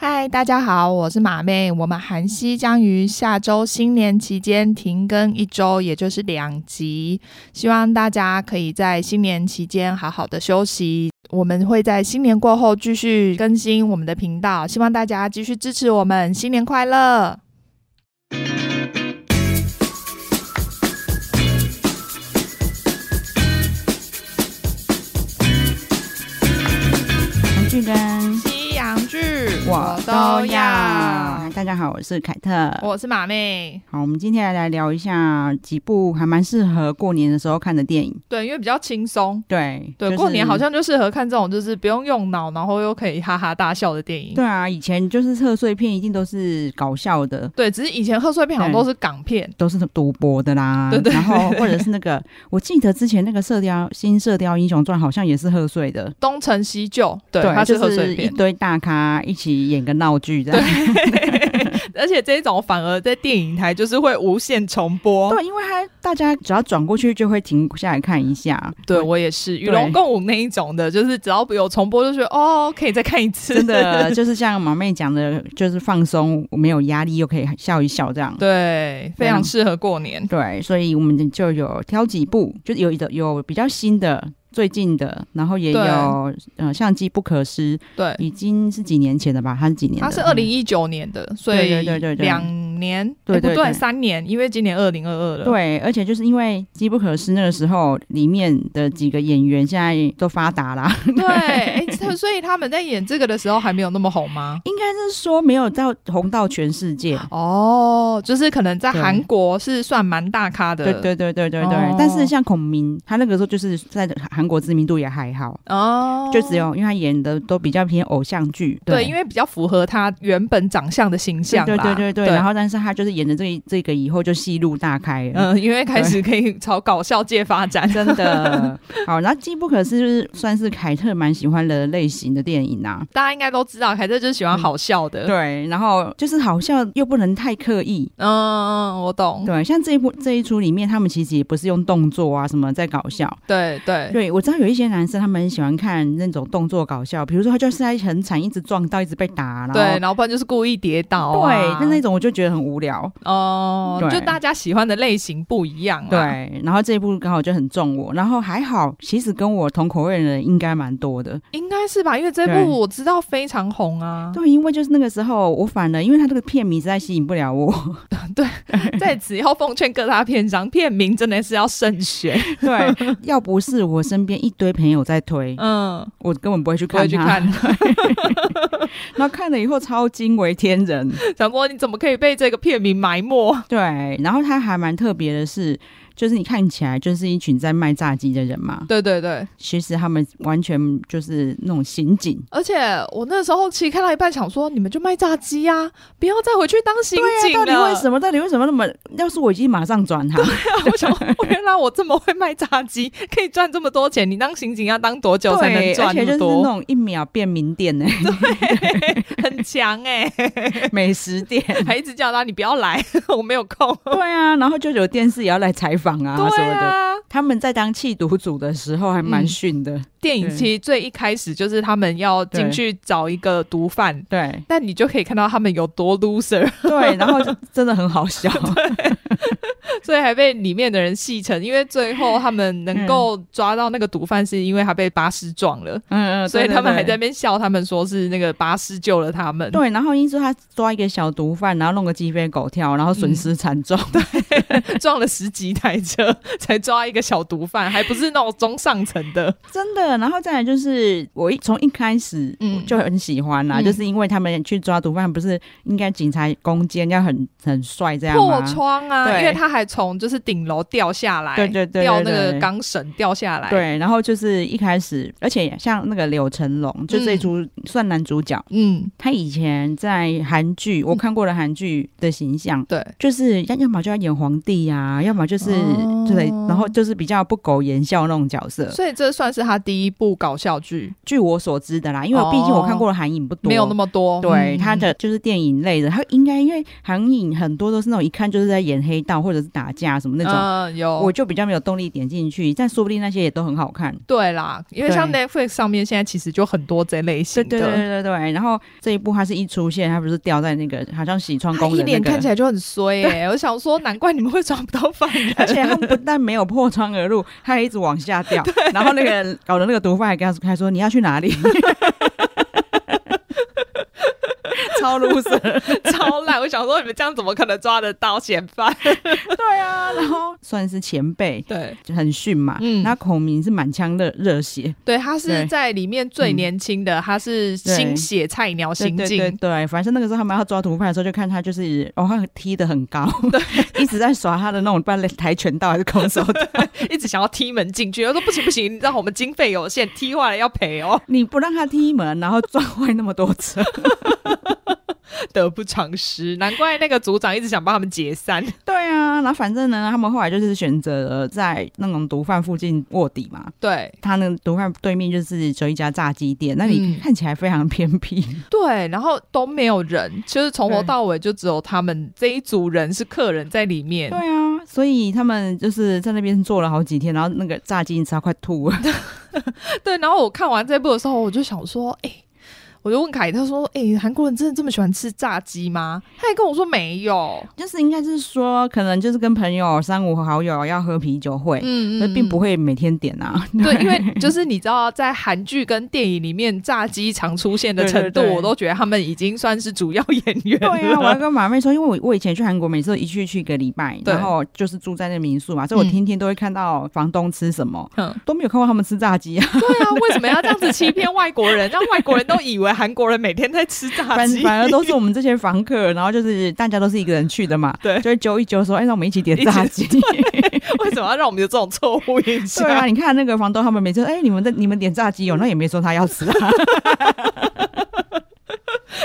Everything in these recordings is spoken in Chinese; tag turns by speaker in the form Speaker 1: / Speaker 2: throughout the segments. Speaker 1: 嗨，大家好，我是马妹。我们韩熙将于下周新年期间停更一周，也就是两集，希望大家可以在新年期间好好的休息。我们会在新年过后继续更新我们的频道，希望大家继续支持我们，新年快乐！
Speaker 2: 韩剧跟
Speaker 1: 西洋剧
Speaker 2: 大家好，我是凯特。
Speaker 1: 我是马妹，
Speaker 2: 好，我们今天来聊一下几部还蛮适合过年的时候看的电影。
Speaker 1: 对，因为比较轻松。
Speaker 2: 对，
Speaker 1: 对，
Speaker 2: 就是
Speaker 1: 过年好像就适合看这种，就是不用用脑，然后又可以哈哈大笑的电影。
Speaker 2: 对啊，以前就是贺岁片一定都是搞笑的，
Speaker 1: 对，只是以前贺岁片好像都是港片，
Speaker 2: 都是赌博的啦。
Speaker 1: 对对
Speaker 2: 然后或者是那个，我记得之前那个《射雕新射雕英雄传》好像也是贺岁的。
Speaker 1: 东成西就，对，它是
Speaker 2: 就
Speaker 1: 贺
Speaker 2: 是
Speaker 1: 岁
Speaker 2: 一
Speaker 1: 片，
Speaker 2: 堆大咖一起演个闹剧这样。
Speaker 1: 而且这一种反而在电影台就是会无限重播。
Speaker 2: 对，因为他大家只要转过去就会停下来看一下。
Speaker 1: 对，我也是与龙共舞那一种的，就是只要有重播，就觉得哦，可以再看一次。
Speaker 2: 真的就是像毛妹讲的，就是放松，没有压力，又可以笑一笑这样。
Speaker 1: 对，非常适合过年。
Speaker 2: 对，所以我们就有挑几部，就是有有有比较新的、最近的，然后也
Speaker 1: 对
Speaker 2: 有呃相机不可失，
Speaker 1: 对，
Speaker 2: 已经是几年前的吧？它是几年的？
Speaker 1: 它是二零一九年的，所以
Speaker 2: 对对对对对
Speaker 1: 两年，哎
Speaker 2: 对
Speaker 1: 诶不
Speaker 2: 对
Speaker 1: 对，
Speaker 2: 对
Speaker 1: 三年，因为今年二零二二了。
Speaker 2: 对，而且就是因为《机不可失》那个时候，里面的几个演员现在都发达啦，
Speaker 1: 对，诶哎这所以他们在演这个的时候还没有那么红吗？
Speaker 2: 应该是说没有到红到全世界。
Speaker 1: 哦，就是可能在
Speaker 2: 对
Speaker 1: 韩国是算蛮大咖的，
Speaker 2: 对对对对对对，
Speaker 1: 哦
Speaker 2: 但是像孔明，他那个时候就是在韩国知名度也还好，
Speaker 1: 哦，
Speaker 2: 就只有因为他演的都比较偏偶像剧，
Speaker 1: 对，因
Speaker 2: 为
Speaker 1: 为比较符合他原本长相的形象
Speaker 2: 对
Speaker 1: 啦，
Speaker 2: 对对对，然后但是他就是演的这一这个以后就戏路大开了。
Speaker 1: 嗯、因为开始可以朝搞笑界发展，
Speaker 2: 真的 好，然后《机不可失》就是算是凯特蛮喜欢的类型的电影啊。
Speaker 1: 大家应该都知道，凯特就是喜欢好笑的，
Speaker 2: 对，然后就是好像又不能太刻意。
Speaker 1: 嗯，嗯，我懂，
Speaker 2: 对，像这一部这一出里面，他们其实也不是用动作啊什么在搞笑。
Speaker 1: 对对
Speaker 2: 对，我知道有一些男生他们很喜欢看那种动作搞笑，比如说他就是在很惨，一直撞到，一直被打，然后
Speaker 1: 对，然后不然就是故意跌倒、
Speaker 2: 对，
Speaker 1: 啊，
Speaker 2: 那那种我就觉得很无聊。
Speaker 1: 哦、
Speaker 2: 对
Speaker 1: 就大家喜欢的类型不一样啊啦，
Speaker 2: 对，然后这一部刚好就很中我，然后还好，其实跟我同口味的人应该蛮多的。
Speaker 1: 对，应该是吧，因为这
Speaker 2: 对
Speaker 1: 部我知道非常红啊，
Speaker 2: 对，因为就是那个时候，我反而因为他这个片名实在吸引不了我。
Speaker 1: 在此要奉劝各大片商，片名真的是要慎 选，
Speaker 2: 对，要不是我身边一堆朋友在推，
Speaker 1: 嗯，
Speaker 2: 我根本不会去
Speaker 1: 不会
Speaker 2: 看
Speaker 1: 去
Speaker 2: 它。
Speaker 1: 看。
Speaker 2: 然后看了以后超惊为天 人。
Speaker 1: 想说你怎么可以被这个片名埋没？
Speaker 2: 对，然后它还蛮特别的是，就是你看起来就是一群在卖炸鸡的人嘛，
Speaker 1: 对对对，
Speaker 2: 其实他们完全就是那种刑警。
Speaker 1: 而且我那时候其实看到一半，想说你们就卖炸鸡呀、啊，不要再回去当刑
Speaker 2: 对
Speaker 1: 警
Speaker 2: 啊，到底
Speaker 1: 了。
Speaker 2: 为 什么？到底为什么那么？要是我已经马上转行。
Speaker 1: 我想说，我原来我这么会卖炸鸡，可以赚这么多钱。你当刑警要当多久才能
Speaker 2: 对，
Speaker 1: 赚
Speaker 2: 而且就
Speaker 1: 么
Speaker 2: 是那
Speaker 1: 多？
Speaker 2: 种一秒变名店 呢、
Speaker 1: 很强哎、
Speaker 2: 欸美食 店。
Speaker 1: 还一直叫他你不要来， 我没有空。
Speaker 2: 对啊，然后就有电视也要来采访啊嗯什
Speaker 1: 对
Speaker 2: 么的。
Speaker 1: 啊，
Speaker 2: 他们在当弃毒组的时候还蛮逊的，
Speaker 1: 电影其实最一开始就是他们要进去找一个毒贩。
Speaker 2: 对
Speaker 1: 但你就可以看到他们有多 loser，
Speaker 2: 对，然后就真的很好 笑。
Speaker 1: 所以还被里面的人戏称，因为最后他们
Speaker 2: 嗯
Speaker 1: 能够抓到那个毒贩，是因为他被巴士撞了，
Speaker 2: 嗯嗯，
Speaker 1: 所以他们还在那
Speaker 2: 对。
Speaker 1: 边笑，他们说是那个巴士救了他们。
Speaker 2: 对，对然后因说他抓一个小毒贩，然后弄个鸡飞狗跳，然后损失惨重。
Speaker 1: 撞了十几台车才抓一个小毒贩，还不是那种中上层的。
Speaker 2: 真的。然后再来就是，我一从一开始
Speaker 1: 嗯
Speaker 2: 就很喜欢啦、
Speaker 1: 嗯
Speaker 2: 就是因为他们去抓毒贩，不是应该警察攻坚要很很帅这样
Speaker 1: 破
Speaker 2: 吗？
Speaker 1: 窗啊，
Speaker 2: 对
Speaker 1: 因为他还从就是顶楼掉下来，
Speaker 2: 对对对对
Speaker 1: 掉那个
Speaker 2: 对
Speaker 1: 钢绳掉下来。，
Speaker 2: 对，然后就是一开始，而且像那个柳成龙，就这一出算男主角，
Speaker 1: 嗯，
Speaker 2: 他以前在韩剧，我看过的韩剧的形象，
Speaker 1: 对。
Speaker 2: 就是要要么就要演华皇帝呀、要么就是、
Speaker 1: 哦
Speaker 2: 对，然后就是比较不苟言笑那种角色。
Speaker 1: 所以这算是他第一部搞笑剧，
Speaker 2: 据我所知的啦，因为毕竟我看过的韩影不多，
Speaker 1: 哦没有那么多。
Speaker 2: 对
Speaker 1: 嗯
Speaker 2: 他的就是电影类的，他应该因为韩影很多都是那种一看就是在演黑道或者是打架什么那种，
Speaker 1: 嗯有
Speaker 2: 我就比较没有动力点进去，但说不定那些也都很好看。
Speaker 1: 对啦，因为像
Speaker 2: 对
Speaker 1: Netflix 上面现在其实就很多这类型
Speaker 2: 对
Speaker 1: 的，
Speaker 2: 对对对对，然后这一部他是一出现，他不是掉在那个好像洗窗
Speaker 1: 他
Speaker 2: 工
Speaker 1: 一
Speaker 2: 人那
Speaker 1: 脸看起
Speaker 2: 个，
Speaker 1: 来就很衰哎、我想说，难怪你们会抓不到犯人，
Speaker 2: 而且他们不但没有破窗而入，他还一直往下掉，然后那个搞的那个毒贩还跟他说，他说你要去哪里？超 loser，
Speaker 1: 超烂。我想说，你们这样怎么可能抓得到嫌犯？
Speaker 2: 对啊， 然后算是前辈，
Speaker 1: 对，
Speaker 2: 就很逊嘛。
Speaker 1: 嗯
Speaker 2: 那孔明是满腔热热血，
Speaker 1: 对，嗯他是
Speaker 2: 对
Speaker 1: 在里面最年轻的，他是新血菜鸟
Speaker 2: 对
Speaker 1: 刑
Speaker 2: 对对
Speaker 1: 警，
Speaker 2: 对，反正那个时候他们要抓毒贩的时候，就看他就是哦，他踢得很高， 对，一直在耍他的那种半跆拳道还是空手道。
Speaker 1: 一直想要踢门进去，我说不行不行，你知道我们经费有限，踢坏了要赔哦，
Speaker 2: 你不让他踢门，然后撞坏那么多车，
Speaker 1: 得不偿失。难怪那个组长一直想把他们解散。
Speaker 2: 对啊，然后反正呢，他们后来就是选择了在那种毒贩附近卧底嘛。
Speaker 1: 对
Speaker 2: 他那个毒贩对面就是只有一家炸鸡店，那里
Speaker 1: 嗯
Speaker 2: 看起来非常偏僻，
Speaker 1: 对，然后都没有人，就是从头
Speaker 2: 对
Speaker 1: 到尾就只有他们这一组人是客人在里面。
Speaker 2: 对啊，所以他们就是在那边坐了好几天，然后那个炸鸡吃到快吐了。
Speaker 1: 对，然后我看完这部的时候，我就想说，哎、我就问凯，他说：“哎、韩国人真的这么喜欢吃炸鸡吗？”他还跟我说没有，
Speaker 2: 就是应该是说，可能就是跟朋友、三五好友要喝啤酒会，
Speaker 1: 嗯
Speaker 2: 哎那、并不会每天点啊。
Speaker 1: 对，因为就是你知道，在韩剧跟电影里面，炸鸡常出现的程度，
Speaker 2: 对对对
Speaker 1: 我都觉得他们已经算是主要演员了。
Speaker 2: 对啊，我还跟马妹说，因为我我以前去韩国，每次都一去去一个礼拜，
Speaker 1: 对
Speaker 2: 然后就是住在那民宿嘛，所以我
Speaker 1: 嗯
Speaker 2: 天天都会看到房东吃什么，
Speaker 1: 嗯
Speaker 2: 都没有看过他们吃炸 鸡啊，
Speaker 1: 对啊，为什么要这样子欺骗外国人？让外国人都以为韩国人每天在吃炸
Speaker 2: 反
Speaker 1: 鸡，
Speaker 2: 反而都是我们这些房客，然后就是大家都是一个人去的嘛，
Speaker 1: 对
Speaker 2: 就会揪一揪说，哎，让我们一起 点
Speaker 1: 一起
Speaker 2: 炸鸡。
Speaker 1: 为什么要让我们有这种错误印象？
Speaker 2: 对啊，你看那个房东他们每次，哎，你们的你们点炸鸡哦，那也没说他要吃啊。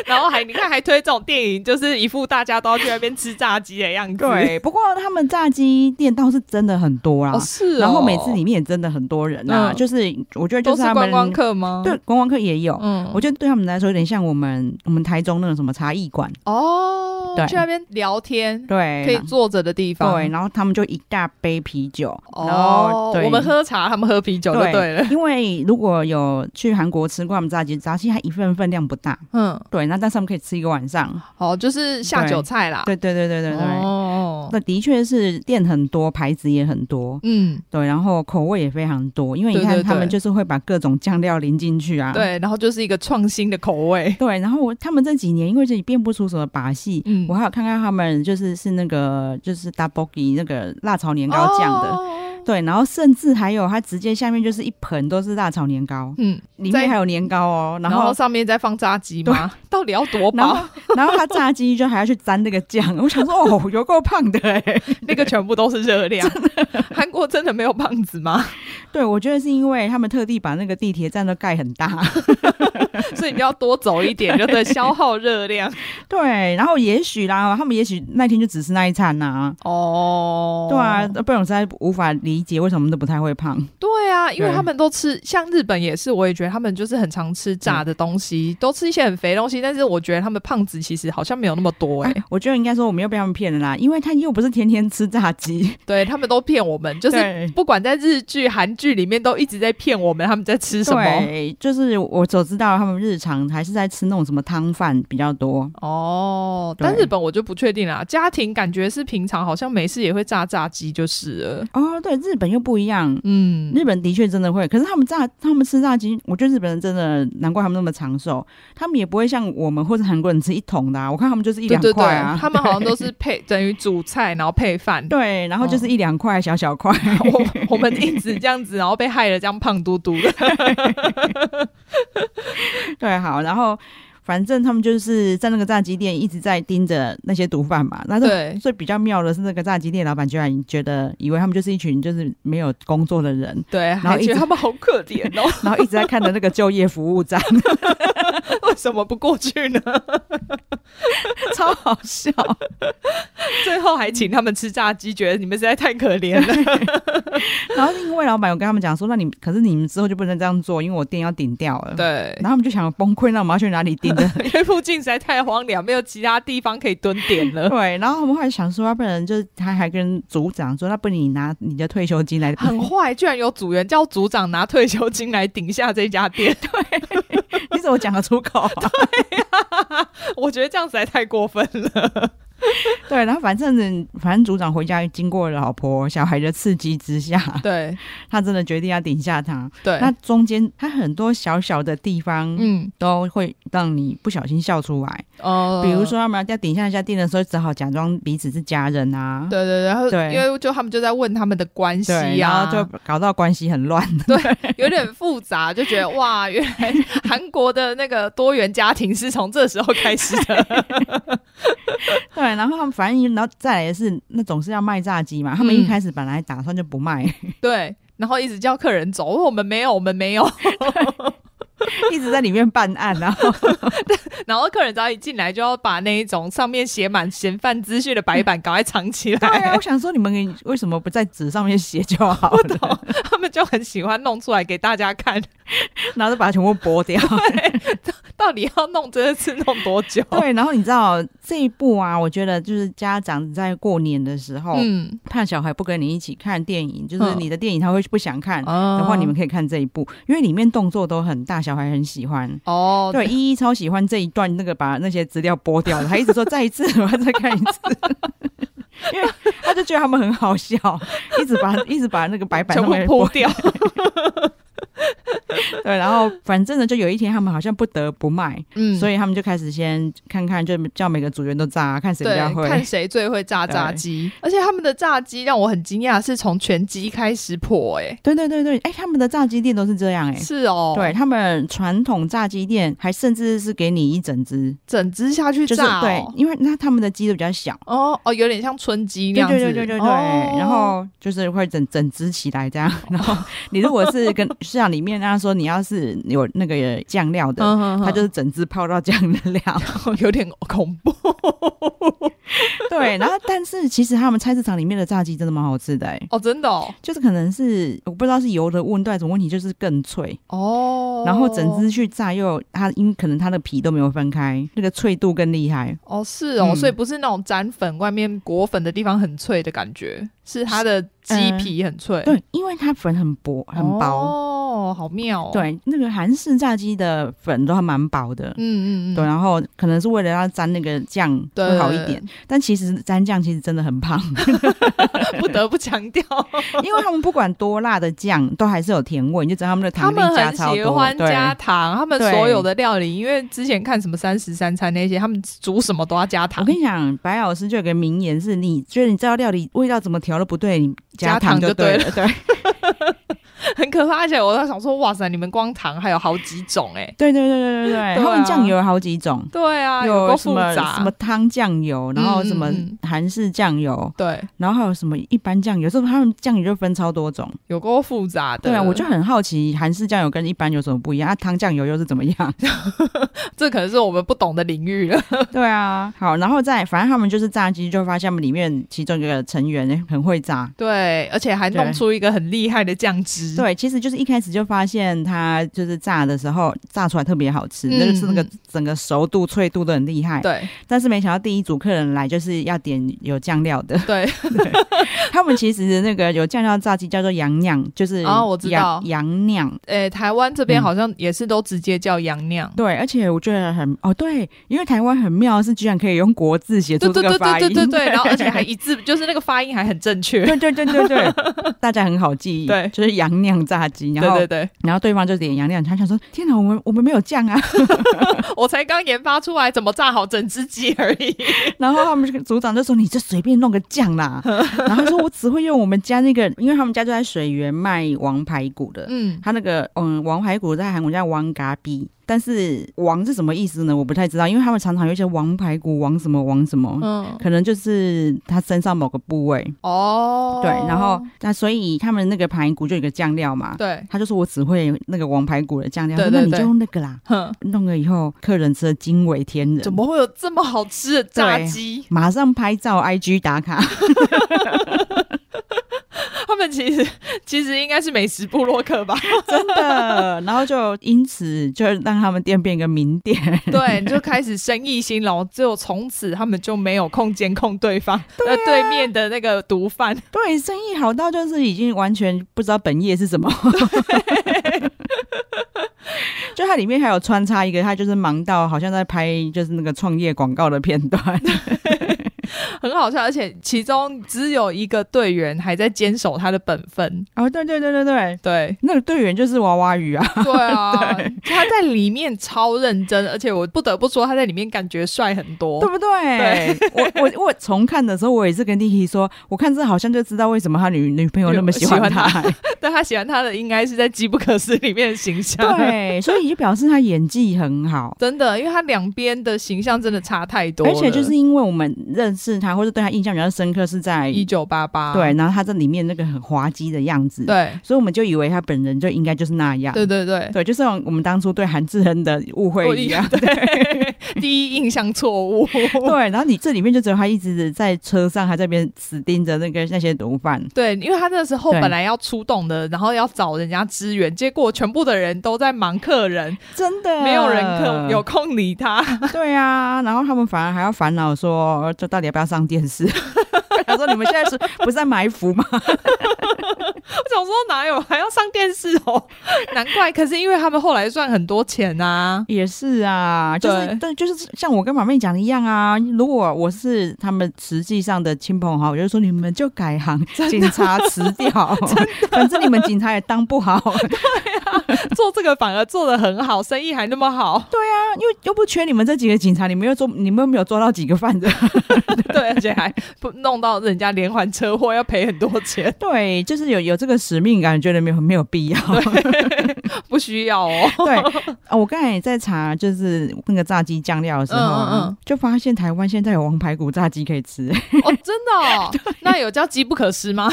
Speaker 1: 然后还你看还推这种电影，就是一副大家都要去那边吃炸鸡的样子。
Speaker 2: 对，不过他们炸鸡店倒是真的很多啦。
Speaker 1: 哦，是哦
Speaker 2: 然后每次里面也真的很多人啊，
Speaker 1: 嗯
Speaker 2: 就是我觉得就
Speaker 1: 都
Speaker 2: 是
Speaker 1: 是
Speaker 2: 他们
Speaker 1: 观光客吗？
Speaker 2: 对，观光客也有，
Speaker 1: 嗯，
Speaker 2: 我觉得对他们来说有点像我们我们台中那种什么茶艺馆，
Speaker 1: 哦，
Speaker 2: 对
Speaker 1: 去那边聊天
Speaker 2: 对，
Speaker 1: 可以坐着的地方。
Speaker 2: 对，然后他们就一大杯啤酒，然
Speaker 1: 哦
Speaker 2: 后，对
Speaker 1: 我们。喝茶，他们喝啤酒就对了。
Speaker 2: 因为如果有去韩国吃过他们炸鸡，炸鸡它一份分量不大，
Speaker 1: 嗯，
Speaker 2: 对，那但是他们可以吃一个晚上，
Speaker 1: 哦，就是下酒菜啦。
Speaker 2: 对对对对对对，
Speaker 1: 哦，
Speaker 2: 那的确是店很多，牌子也很多，
Speaker 1: 嗯，
Speaker 2: 对，然后口味也非常多，因为你
Speaker 1: 对对
Speaker 2: 看他们
Speaker 1: 对
Speaker 2: 就是会把各种酱料淋进去啊，
Speaker 1: 对，然后就是一个创新的口味。
Speaker 2: 对，然后我他们这几年因为自己变不出什么把戏，
Speaker 1: 嗯
Speaker 2: 我还有看看他们就是是那个就是 double g 那个辣炒年糕酱
Speaker 1: 哦
Speaker 2: 的。
Speaker 1: 的，
Speaker 2: 对，然后甚至还有，它直接下面就是一盆都是辣炒年糕，
Speaker 1: 嗯，
Speaker 2: 里
Speaker 1: 在嗯
Speaker 2: 面还有年糕哦。然
Speaker 1: 然后
Speaker 2: 后，
Speaker 1: 上面再放炸鸡吗？ 到底要多
Speaker 2: 然
Speaker 1: 饱？
Speaker 2: 后， 然后它炸鸡就还要去沾那个酱，我想说，哦，有够胖的哎、
Speaker 1: 那个全部都是热量。 韩国真的没有胖子吗？
Speaker 2: 对，我觉得是因为他们特地把那个地铁站都盖很大。
Speaker 1: 所以你要多走一点，就对，消耗热量。
Speaker 2: 对，然后也许啦，他们也许那天就只吃那一餐呐、
Speaker 1: 哦，
Speaker 2: 对啊，不然我实在无法理解为什么都不太会胖。
Speaker 1: 对啊，因为
Speaker 2: 对
Speaker 1: 他们都吃，像日本也是，我也觉得他们就是很常吃炸的东西，都吃一些很肥的东西，但是我觉得他们胖子其实好像没有那么多哎、
Speaker 2: 啊我觉得应该说我们又被他们骗了啦，因为他又不是天天吃炸鸡，
Speaker 1: 对他们都骗我们，就是
Speaker 2: 对
Speaker 1: 不管在日剧、韩剧里面都一直在骗我们，他们在吃什么。
Speaker 2: 对，就是我所知道他们日常还是在吃那种什么汤饭比较多。
Speaker 1: 哦，
Speaker 2: 对
Speaker 1: 但日本我就不确定啦。家庭感觉是平常好像没事也会炸炸鸡就是了。
Speaker 2: 哦，对，日本又不一样。
Speaker 1: 嗯，
Speaker 2: 日本的确真的会，可是他们炸，他们吃炸鸡，我觉得日本人真的难怪他们那么长寿，他们也不会像我们或者韩国人吃一桶的、啊，我看他们就是一
Speaker 1: 对
Speaker 2: 两
Speaker 1: 对对，
Speaker 2: 块啊，
Speaker 1: 他们好像都是配等于主菜，然后配饭。
Speaker 2: 对，然后就是一两块小小块，
Speaker 1: 我我们一直这样子，然后被害了，这样胖嘟嘟的。
Speaker 2: 对，好，然后反正他们就是在那个炸鸡店一直在盯着那些毒贩嘛，那是
Speaker 1: 对，
Speaker 2: 最比较妙的是，那个炸鸡店老板居然觉得以为他们就是一群就是没有工作的人，
Speaker 1: 对，
Speaker 2: 后
Speaker 1: 还
Speaker 2: 一
Speaker 1: 觉得
Speaker 2: 直
Speaker 1: 他们好可怜哦。
Speaker 2: 然后一直在看着那个就业服务站。
Speaker 1: 为为什么不过去 呢？
Speaker 2: 超好笑。
Speaker 1: 最后还请他们吃炸鸡，觉得你们实在太可怜了。
Speaker 2: 然后因为老板有跟他们讲说，那你可是你们之后就不能这样做，因为我店要顶掉了。。
Speaker 1: 对
Speaker 2: 然，后他们就想崩溃，那我们要去哪里顶的？
Speaker 1: 因为附近实在太荒凉，没有其他地方可以蹲点了，
Speaker 2: 对。然后我们后来想说，要不然就是他还跟组长说，那不然你拿你的退休金来。
Speaker 1: 很坏。居然有组员叫组长拿退休金来顶下这家 店，
Speaker 2: 你怎么讲得出口、啊？
Speaker 1: 我觉得这样实在太过分了。
Speaker 2: 对，然后反正呢反正组长回家经过老婆小孩的刺激之下，
Speaker 1: 对
Speaker 2: 他真的决定要顶下他。
Speaker 1: 对
Speaker 2: 那中间他很多小小的地方。
Speaker 1: 嗯
Speaker 2: 都会让你不小心笑出来，
Speaker 1: 哦
Speaker 2: 比如。说他们在顶下一下店的时候，只好假装彼此是家人啊，
Speaker 1: 对对对，然后
Speaker 2: 对
Speaker 1: 因为就他们就在问他们的关系啊，
Speaker 2: 对，然后就搞到关系很 乱。
Speaker 1: 有点复杂，就觉得哇，原来韩国的那个多元家庭是从这时候开始的。
Speaker 2: 对，然后他们反正然后再来的是那总是要卖炸鸡嘛，他
Speaker 1: 嗯
Speaker 2: 们一开始本来打算就不卖，
Speaker 1: 对，然后一直叫客人走，我们没有，我们没有。
Speaker 2: 一直在里面办案，然后
Speaker 1: 然后客人只要一进来，就要把那一种上面写满嫌犯资讯的白板赶快藏起
Speaker 2: 对
Speaker 1: 来。
Speaker 2: 啊，我想说你们为什么不在纸上面写就好 了，
Speaker 1: 他们就很喜欢弄出来给大家看，
Speaker 2: 然后就把它全部 剥掉。
Speaker 1: 到底要弄这次弄多久？
Speaker 2: 对，然后你知道这一部啊，我觉得就是家长在过年的时候，
Speaker 1: 嗯，
Speaker 2: 怕小孩不跟你一起看电影，就是
Speaker 1: 嗯
Speaker 2: 你的电影他会不想看的
Speaker 1: 的
Speaker 2: 话，你们可以看这一部，因为里面动作都很大，小孩很喜欢。
Speaker 1: 哦，
Speaker 2: 对，依依超喜欢这一段，那个把那些资料剥掉了，他一直说再一次，我要再看一 次，因为他就觉得他们很好笑，一直把一直把那个白板
Speaker 1: 全
Speaker 2: 上
Speaker 1: 部
Speaker 2: 面
Speaker 1: 铺
Speaker 2: 剥
Speaker 1: 掉。
Speaker 2: 对，然后反正呢，就有一天他们好像不得不卖，
Speaker 1: 嗯
Speaker 2: 所
Speaker 1: 以
Speaker 2: 以他们就开始先看看，就叫每个组员都炸，看谁比
Speaker 1: 对
Speaker 2: 较，会。
Speaker 1: 看谁最会炸炸
Speaker 2: 对
Speaker 1: 鸡。而且他们的炸鸡让我很惊讶，是从拳击开始破、欸，
Speaker 2: 对对对对，哎、他们的炸鸡店都是这样哎、
Speaker 1: 是哦，，
Speaker 2: 对他们传统炸鸡店还甚至是给你一整只，
Speaker 1: 整只下去
Speaker 2: 就是
Speaker 1: 炸、哦，
Speaker 2: 对，因为那他们的鸡都比较小，
Speaker 1: 哦哦，有点像春鸡那样
Speaker 2: 对
Speaker 1: 子，
Speaker 2: 对对对对对，
Speaker 1: 哦
Speaker 2: 然后就是会整整只起来这样， 然后你如果是跟像里面那说你要是有那个酱料的，
Speaker 1: 嗯哼哼
Speaker 2: 它就是整只泡到酱 料，
Speaker 1: 有点恐怖，
Speaker 2: 对，然后但是其实他们菜市场里面的炸鸡真的蛮好吃的、欸，
Speaker 1: 哦，真的哦，就是
Speaker 2: 可能是我不知道是油的问题还是什么问题，就是更脆，
Speaker 1: 哦，
Speaker 2: 然后整只去炸又它因可能它的皮都没有分开，那个脆度更厉害。
Speaker 1: 哦是哦，
Speaker 2: 嗯
Speaker 1: 所以不是那种沾粉外面裹粉的地方很脆的感觉，是它的鸡皮很脆，
Speaker 2: 对，因为它粉很薄很薄，
Speaker 1: 哦，好妙哦，，
Speaker 2: 对，那个韩式炸鸡的粉都还蛮薄的，
Speaker 1: 嗯嗯嗯，
Speaker 2: 对，然后可能是为了要沾那个酱
Speaker 1: 对
Speaker 2: 会好一点，，但其实沾酱其实真的很 胖，
Speaker 1: 对对不得不强调，
Speaker 2: 因为他们不管多辣的酱都还是有甜味，你就知道他们的
Speaker 1: 他
Speaker 2: 糖
Speaker 1: 们
Speaker 2: 粒加
Speaker 1: 很
Speaker 2: 超
Speaker 1: 喜
Speaker 2: 多，
Speaker 1: 欢加
Speaker 2: 对
Speaker 1: 糖，他们
Speaker 2: 对
Speaker 1: 所有的料理，因为之前看什么三十三餐那些，他们煮什么都要加
Speaker 2: 我
Speaker 1: 糖
Speaker 2: 跟，你讲，白老师就有个名言是：你觉得你知道料理味道怎么调都不对，你
Speaker 1: 加
Speaker 2: 糖
Speaker 1: 糖就
Speaker 2: 对
Speaker 1: 对
Speaker 2: 了。对
Speaker 1: 很可怕，而且我在想说，哇塞，你们光糖还有好几种哎、
Speaker 2: 对对对对对对，他
Speaker 1: 对
Speaker 2: 们
Speaker 1: 啊
Speaker 2: 酱油有好几种，
Speaker 1: 对啊，
Speaker 2: 有
Speaker 1: 够
Speaker 2: 什
Speaker 1: 复
Speaker 2: 么
Speaker 1: 杂，
Speaker 2: 什么汤酱油，然后什么
Speaker 1: 嗯嗯
Speaker 2: 韩式酱油，
Speaker 1: 对，
Speaker 2: 然后还有什么一般酱油，这种他们酱油就分超多种。
Speaker 1: 有够复杂的。
Speaker 2: 对啊，我就很好奇韩式酱油跟一般有什么不一样啊？汤酱油又是 怎么样？
Speaker 1: 这可能是我们不懂的领域了。
Speaker 2: 对啊，好，然后再反正他们就是炸鸡，就发现他们里面其中一个成员很会炸。
Speaker 1: 嗯对，而且还弄
Speaker 2: 对
Speaker 1: 出一个很厉害的酱汁。
Speaker 2: 对，其实就是一开始就发现他就是炸的时候炸出来特别好吃，
Speaker 1: 嗯
Speaker 2: 那就是那个
Speaker 1: 嗯
Speaker 2: 整个熟度脆度都很厉害。
Speaker 1: 对
Speaker 2: 但是没想到第一组客人来就是要点有酱料的，
Speaker 1: 对，
Speaker 2: 他们其实那个有酱料炸鸡叫做洋酿，就是
Speaker 1: 哦我知道
Speaker 2: 洋洋酿。
Speaker 1: 诶、台湾这边
Speaker 2: 嗯
Speaker 1: 好像也是都直接叫洋酿。
Speaker 2: 对，而且我觉得很哦，对，因为台湾很妙的是，居然可以用国字写
Speaker 1: 对
Speaker 2: 出这
Speaker 1: 对
Speaker 2: 个
Speaker 1: 对
Speaker 2: 发
Speaker 1: 对
Speaker 2: 音，
Speaker 1: 对对对，然后而且还一字，就是那个发音还很正确。
Speaker 2: 对对对对对，大家很好记忆，
Speaker 1: 对
Speaker 2: 就是洋酿炸鸡，然
Speaker 1: 对
Speaker 2: 后
Speaker 1: 对对，
Speaker 2: 然后对方就点洋酿，他想说天哪，我们我们没有酱啊，
Speaker 1: 我才刚研发出来怎么炸好整只鸡而已。
Speaker 2: 然后他们这个组长就说你就随便弄个酱啦，然后他说我只会用我们家那个，因为他们家就在水源卖王排骨的，
Speaker 1: 嗯，
Speaker 2: 他那个嗯王排骨在韩国叫王嘎逼，但是王是什么意思呢？我不太知道，因为他们常常有一些王排骨、王什么、王什么，
Speaker 1: 嗯，
Speaker 2: 可能就是他身上某个部位。
Speaker 1: 哦，
Speaker 2: 对，然后那所以他们那个排骨就有一个酱料嘛，
Speaker 1: 对，
Speaker 2: 他就说我只会那个王排骨的酱料，
Speaker 1: 对
Speaker 2: 他说那
Speaker 1: 对
Speaker 2: 你
Speaker 1: 对
Speaker 2: 就用那个啦，
Speaker 1: 哼，
Speaker 2: 弄了以后客人吃的惊为天人，
Speaker 1: 怎么会有这么好吃的炸
Speaker 2: 对
Speaker 1: 鸡？
Speaker 2: 马上拍照 IG 打 卡？
Speaker 1: 他们其实其实应该是美食部落客 吧？
Speaker 2: 真的，然后就因此就让他们店变一个名店，
Speaker 1: 对，你就开始生意兴隆，只有从此他们就没有空监控对方，那对啊面的那个毒贩，
Speaker 2: 对，生意好到就是已经完全不知道本业是什么。 就它里面还有穿插一个，他就是忙到好像在拍就是那个创业广告的片段，
Speaker 1: 很好笑。而且其中只有一个队员还在坚守他的本分，
Speaker 2: 哦，对对对对对，，
Speaker 1: 对
Speaker 2: 那个队员就是娃娃鱼啊，
Speaker 1: 对啊，他在里面超认真，而且我不得不说他在里面感觉帅很
Speaker 2: 对
Speaker 1: 多。
Speaker 2: 不对？ 我我我重看的时候，我也是跟弟弟说，我看这好像就知道为什么他女女朋友那么喜欢他。
Speaker 1: 喜但他喜欢他的应该是在《机不可失》里面的形象，，
Speaker 2: 对，所以就表示他演技很好。
Speaker 1: 真的，因为他两边的形象真的差太多了，
Speaker 2: 而且就是因为我们认识他，或者对他印象比较深刻，是在
Speaker 1: 一九八八，
Speaker 2: 对，然后他这里面那个很滑稽的样子，，
Speaker 1: 对
Speaker 2: 所以我们就以为他本人就应该就是那样，
Speaker 1: 对对对，
Speaker 2: 对，就像我们当初对韩志恩的误会一样，
Speaker 1: 对，第一印象错误，
Speaker 2: 对，然后你这里面就只有他一直在车上，还在那边死盯着那个那些毒贩，
Speaker 1: 对，因为他那时候
Speaker 2: 对
Speaker 1: 本来要出动的，然后要找人家支援，结果全部的人都在忙客人，
Speaker 2: 真的
Speaker 1: 没有人客
Speaker 2: 啊
Speaker 1: 有空理他。
Speaker 2: 对啊，然后他们反而还要烦恼说，呃这到底要不要上电视？ 他说：“你们现在是不是在埋伏吗
Speaker 1: 我想说哪有还要上电视哦？ 难怪。可是因为他们后来赚很多钱啊？”，
Speaker 2: 也是啊，就是
Speaker 1: 对
Speaker 2: 但就是像我跟马妹讲的一样啊。如果我是他们实际上的亲朋好友，我就说你们就改行， 警察辞 掉，反正你们警察也当不 好，
Speaker 1: 做这个反而做得很好，生意还那么好。
Speaker 2: 因为又不缺你们这几个警察，你们又做，你们又没有抓到几个犯人。
Speaker 1: 对，而且还不弄到人家连环车祸要赔很多钱，
Speaker 2: 对，就是有有这个使命感，觉得没有没有必要。
Speaker 1: 不需要哦。
Speaker 2: 对，啊，我刚才也在查，就是那个炸鸡酱料的时候啊、
Speaker 1: 嗯嗯嗯
Speaker 2: 就发现台湾现在有王排骨炸鸡可以吃，
Speaker 1: 哦，真的 哦？那有叫机不可失 吗？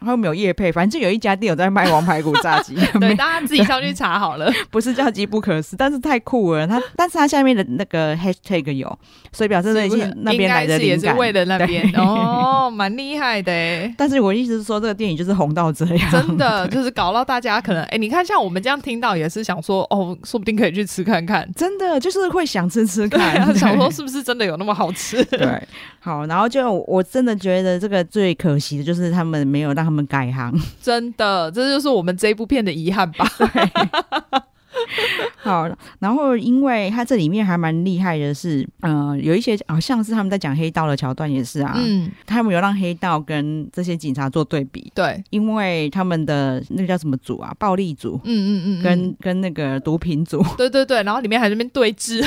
Speaker 2: 然后没有叶配，反正就有一家店有在卖王排骨炸鸡，
Speaker 1: 对，
Speaker 2: 没
Speaker 1: 大家自己上去查好了。
Speaker 2: 不是叫鸡不可食，但是太酷了。它，但是它下面的那个 hashtag 有，所以表示那
Speaker 1: 是不是
Speaker 2: 些那边来的
Speaker 1: 应该是也
Speaker 2: 灵
Speaker 1: 是
Speaker 2: 感。
Speaker 1: 为了那边哦，蛮厉害的欸。
Speaker 2: 但是我意思是说，这个电影就是红到这样，
Speaker 1: 真 的就是搞到大家可能哎、你看像我们这样听到也是想说哦，说不定可以去吃看看，
Speaker 2: 真的就是会想吃 吃
Speaker 1: 对
Speaker 2: 看，
Speaker 1: 啊，想说是不是真的有那么好吃？
Speaker 2: 对，好，然后就我真的觉得这个最可惜的就是他们没有让他们改行。
Speaker 1: 真的，这就是我们这部片的遗憾吧。
Speaker 2: 好，然后因为它这里面还蛮厉害的是，呃，有一些好、像是他们在讲黑道的桥段也是啊，
Speaker 1: 嗯，
Speaker 2: 他们有让黑道跟这些警察做对比，
Speaker 1: 对，
Speaker 2: 因为他们的那个叫什么组啊，暴力组。
Speaker 1: 嗯嗯嗯，嗯
Speaker 2: 跟跟那个毒品 组
Speaker 1: 对对对，然后里面还在那边对 峙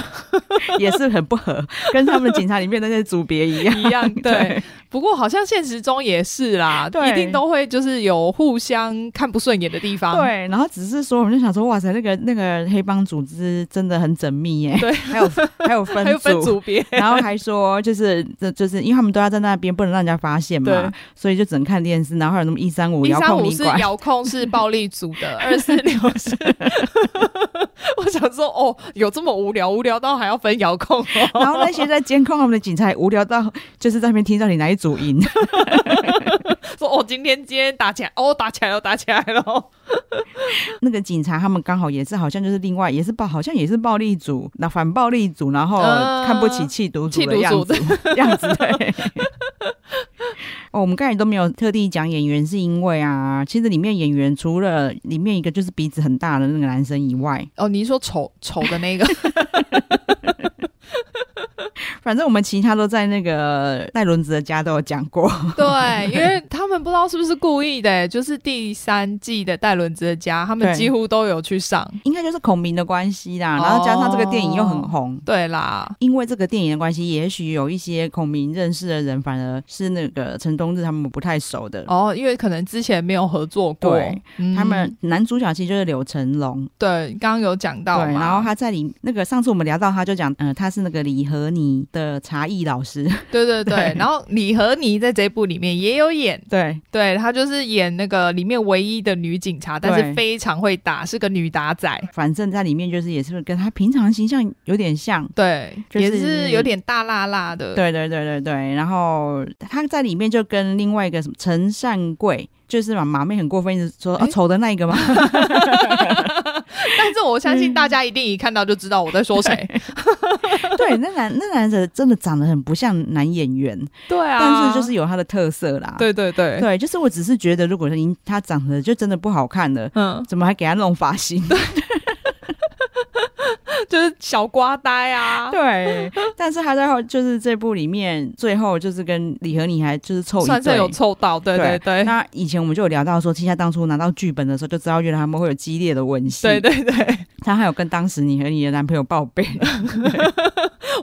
Speaker 2: 也是很不合，跟他们警察里面的那些组别一样。
Speaker 1: 一样，对。不过好像现实中也是啦，
Speaker 2: 对
Speaker 1: 一定都会就是有互相看不顺眼的地方。
Speaker 2: 对，然后只是说，我们就想说，哇塞，那个那个黑帮组织真的很缜密耶。
Speaker 1: 对
Speaker 2: 还有还有分
Speaker 1: 还有分组 别，
Speaker 2: 然后还说就是这就是因为他们都要在那边，不能让人家发现嘛
Speaker 1: 对，
Speaker 2: 所以就只能看电视，然后还有那么一三 五
Speaker 1: 一
Speaker 2: 遥
Speaker 1: 三
Speaker 2: 控
Speaker 1: 五
Speaker 2: 旅
Speaker 1: 是
Speaker 2: 馆。
Speaker 1: 遥控是暴力组 的，二四 六是，我想说哦，有这么无聊，无聊到还要分遥控
Speaker 2: 然
Speaker 1: 哦。
Speaker 2: 后那些在监控他们的警察也无聊到，就是在那边听到你哪一组赢，
Speaker 1: 说哦，今天今天打起来，哦，打起来了，打起来了。
Speaker 2: 那个警察他们刚好也是好像就是另外也是暴，好像也是暴力组，那反暴力组，然后
Speaker 1: 嗯
Speaker 2: 看不起弃毒组的样子，
Speaker 1: 弃
Speaker 2: 样子对。 哦，我们刚才都没有特地讲演员，是因为啊，其实里面演员除了里面一个就是鼻子很大的那个男生以外，
Speaker 1: 哦，你说丑丑的那 个，
Speaker 2: 反正我们其他都在那个带轮子的家都有讲过。
Speaker 1: 对，因为他们们不知道是不是故意的、就是第三季的带轮子的家，他们
Speaker 2: 对
Speaker 1: 几乎都有去上。
Speaker 2: 应该就是孔明的关系啦，
Speaker 1: 哦
Speaker 2: 然后加上这个电影又很红。
Speaker 1: 对啦，
Speaker 2: 因为这个电影的关系，也许有一些孔明认识的人，反而是那个陈东志他们不太熟的。
Speaker 1: 哦，因为可能之前没有合作过
Speaker 2: 对，
Speaker 1: 嗯
Speaker 2: 他们男主角其实就是柳成龙，
Speaker 1: 对刚刚有讲到
Speaker 2: 对，
Speaker 1: 嘛，
Speaker 2: 然后他在里那个上次我们聊到，他就讲，呃，他是那个李和尼的茶艺老师，
Speaker 1: 对对对，
Speaker 2: 对
Speaker 1: 然后李和妮在这一部里面也有演，
Speaker 2: 对
Speaker 1: 对她就是演那个里面唯一的女警察，但是
Speaker 2: 对
Speaker 1: 非常会打，是个女打仔，
Speaker 2: 反正在里面就是也是跟他平常形象有点像。
Speaker 1: 对，
Speaker 2: 就是
Speaker 1: 也是有点大辣辣的，
Speaker 2: 对对对对对，然后他在里面就跟另外一个什么陈善贵，就是马马妹很过分，一直说啊
Speaker 1: 诶
Speaker 2: 丑的那一 个吗？
Speaker 1: 但是我相
Speaker 2: 嗯
Speaker 1: 信大家一定一看到就知道我在说谁，
Speaker 2: 对，那男那男的真的长得很不像男演员，
Speaker 1: 对啊，
Speaker 2: 但是就是有他的特色啦。
Speaker 1: 对对对，
Speaker 2: 对，就是我只是觉得，如果您他长得就真的不好看了，
Speaker 1: 嗯，
Speaker 2: 怎么还给他弄发型？啊
Speaker 1: 就是小瓜呆啊，
Speaker 2: 对，但是他在后就是这部里面最后就是跟李和你还就是凑一
Speaker 1: 算是
Speaker 2: 对。
Speaker 1: 有凑到，对对
Speaker 2: 对
Speaker 1: 对，
Speaker 2: 那以前我们就有聊到说，其实他当初拿到剧本的时候就知道，原来他们会有激烈的吻戏。
Speaker 1: 对，对对，
Speaker 2: 他还有跟当时你和你的男朋友报 备，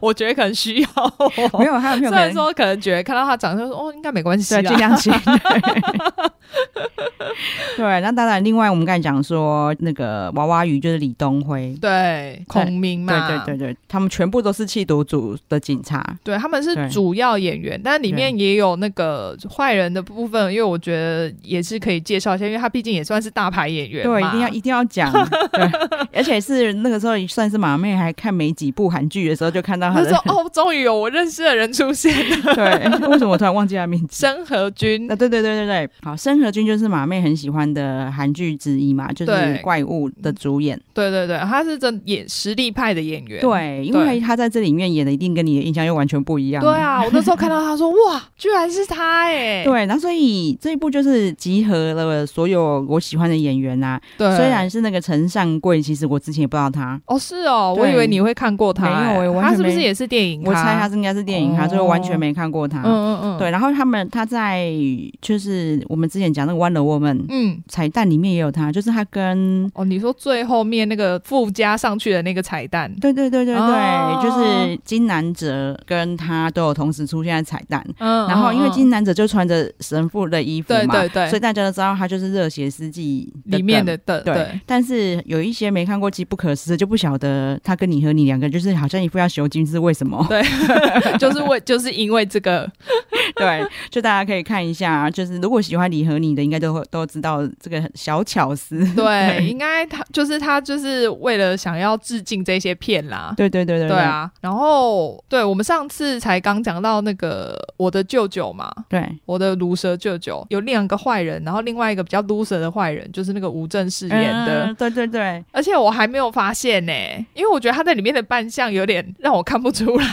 Speaker 1: 我觉得可能需要哦，
Speaker 2: 没有，他有没
Speaker 1: 虽
Speaker 2: 有可
Speaker 1: 然
Speaker 2: 能？
Speaker 1: 说可能觉得看到他长相说哦应该没关系
Speaker 2: 对，尽
Speaker 1: 啦，
Speaker 2: 量亲。对 对，那当然，另外我们刚才讲说那个娃娃鱼就是李东辉，
Speaker 1: 对，孔明
Speaker 2: 对
Speaker 1: 嘛，
Speaker 2: 对对对，他们全部都是缉毒组的警察，
Speaker 1: 对，他们是
Speaker 2: 对
Speaker 1: 主要演员，但里面也有那个坏人的部分，因为我觉得也是可以介绍一下，因为他毕竟也算是大牌演员
Speaker 2: 对，一
Speaker 1: 嘛
Speaker 2: 定要一定要 讲，对，而且是那个时候算是马妹还看没几部韩剧的时候就看到他
Speaker 1: 就说
Speaker 2: 的，
Speaker 1: 哦，终于有我认识的人出现了，
Speaker 2: 对，为什么我突然忘记他名 字？
Speaker 1: 申和君
Speaker 2: 啊，，对对对对对，好，申河君就是马妹很喜欢的韩剧之一嘛，就是
Speaker 1: 对
Speaker 2: 《怪物》的主演。
Speaker 1: 对对对，他是真演实力派的演员，
Speaker 2: 对，因为他在这里面演的一定跟你的印象又完全不一样。
Speaker 1: 对。啊，我那时候看到他说哇，居然是他哎、
Speaker 2: 对，然后所以这一部就是集合了所有我喜欢的演员啊。
Speaker 1: 对，
Speaker 2: 虽然是那个陈善贵，其实我之前也不知道他，
Speaker 1: 哦是哦，
Speaker 2: 对
Speaker 1: 我以为你会看过他、
Speaker 2: 没有
Speaker 1: 欸
Speaker 2: 我完
Speaker 1: 他
Speaker 2: 全
Speaker 1: 是不是
Speaker 2: 没
Speaker 1: 也是电影咖？
Speaker 2: 我猜他是应该是电影咖，所以我完全没看过他。
Speaker 1: 嗯嗯嗯，
Speaker 2: 对，然后他们他在就是我们之前讲那个《Wonder Woman》
Speaker 1: 嗯。
Speaker 2: 彩蛋里面也有他，就是他跟
Speaker 1: 哦，你说最后面那个附加上去的那个彩蛋，
Speaker 2: 对对对对对，
Speaker 1: 哦
Speaker 2: 就是金南哲跟他都有同时出现在彩蛋。
Speaker 1: 嗯，
Speaker 2: 然后因为
Speaker 1: 嗯嗯
Speaker 2: 金南哲就穿着神父的衣服
Speaker 1: 对
Speaker 2: 嘛，
Speaker 1: 对对
Speaker 2: 所以大家都知道他就是热血司机
Speaker 1: 里面的的
Speaker 2: 对，
Speaker 1: 对
Speaker 2: 但是有一些没看过《机不可失》，就不晓得他跟你和你两个人就是好像一副要囚禁是为什么？
Speaker 1: 对，就是为就是因为这个，
Speaker 2: 对，就大家可以看一下，就是如果喜欢你和你的，应该都会都知道这个小 巧思。
Speaker 1: 对，应该他就是他就是为了想要致敬这些片啦。
Speaker 2: 对对对对
Speaker 1: 对，啊，然后对我们上次才刚讲到那个我的舅舅嘛，
Speaker 2: 对，嗯
Speaker 1: 我的毒蛇舅舅有两个坏人，然后另外一个比较 loser 的坏人就是那个吴正饰演的，
Speaker 2: 嗯对 对对，
Speaker 1: 而且我还没有发现呢、因为我觉得他在里面的扮相有点让我看不出来。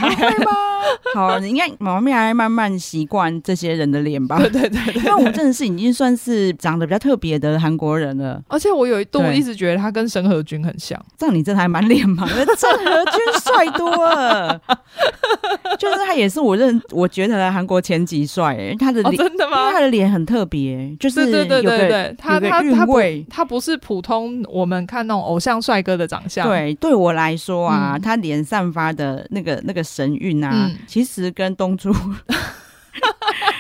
Speaker 2: 好，你应该妈咪还慢慢习惯这些人的脸 吧。
Speaker 1: 对对对对
Speaker 2: 因为吴正是已经算是长得比较特别的韩国人了，
Speaker 1: 而且我有一度
Speaker 2: 对
Speaker 1: 一直觉得他跟申河君很像。
Speaker 2: 这样你真的还蛮脸盲 的。郑和君帅多了， 就是他也是我认，我觉得韩国前几帅、欸，他的
Speaker 1: 哦，
Speaker 2: 脸，
Speaker 1: 真的
Speaker 2: 因
Speaker 1: 吗
Speaker 2: 为？他的脸很特别，就是
Speaker 1: 对对对
Speaker 2: 有个
Speaker 1: 对对，他
Speaker 2: 有个
Speaker 1: 他
Speaker 2: 韵
Speaker 1: 他不
Speaker 2: 味
Speaker 1: 他不是普通我们看那种偶像帅哥的长相，，
Speaker 2: 对，对我来说啊，
Speaker 1: 嗯
Speaker 2: 他脸散发的那个那个神韵啊，
Speaker 1: 嗯
Speaker 2: 其实跟东珠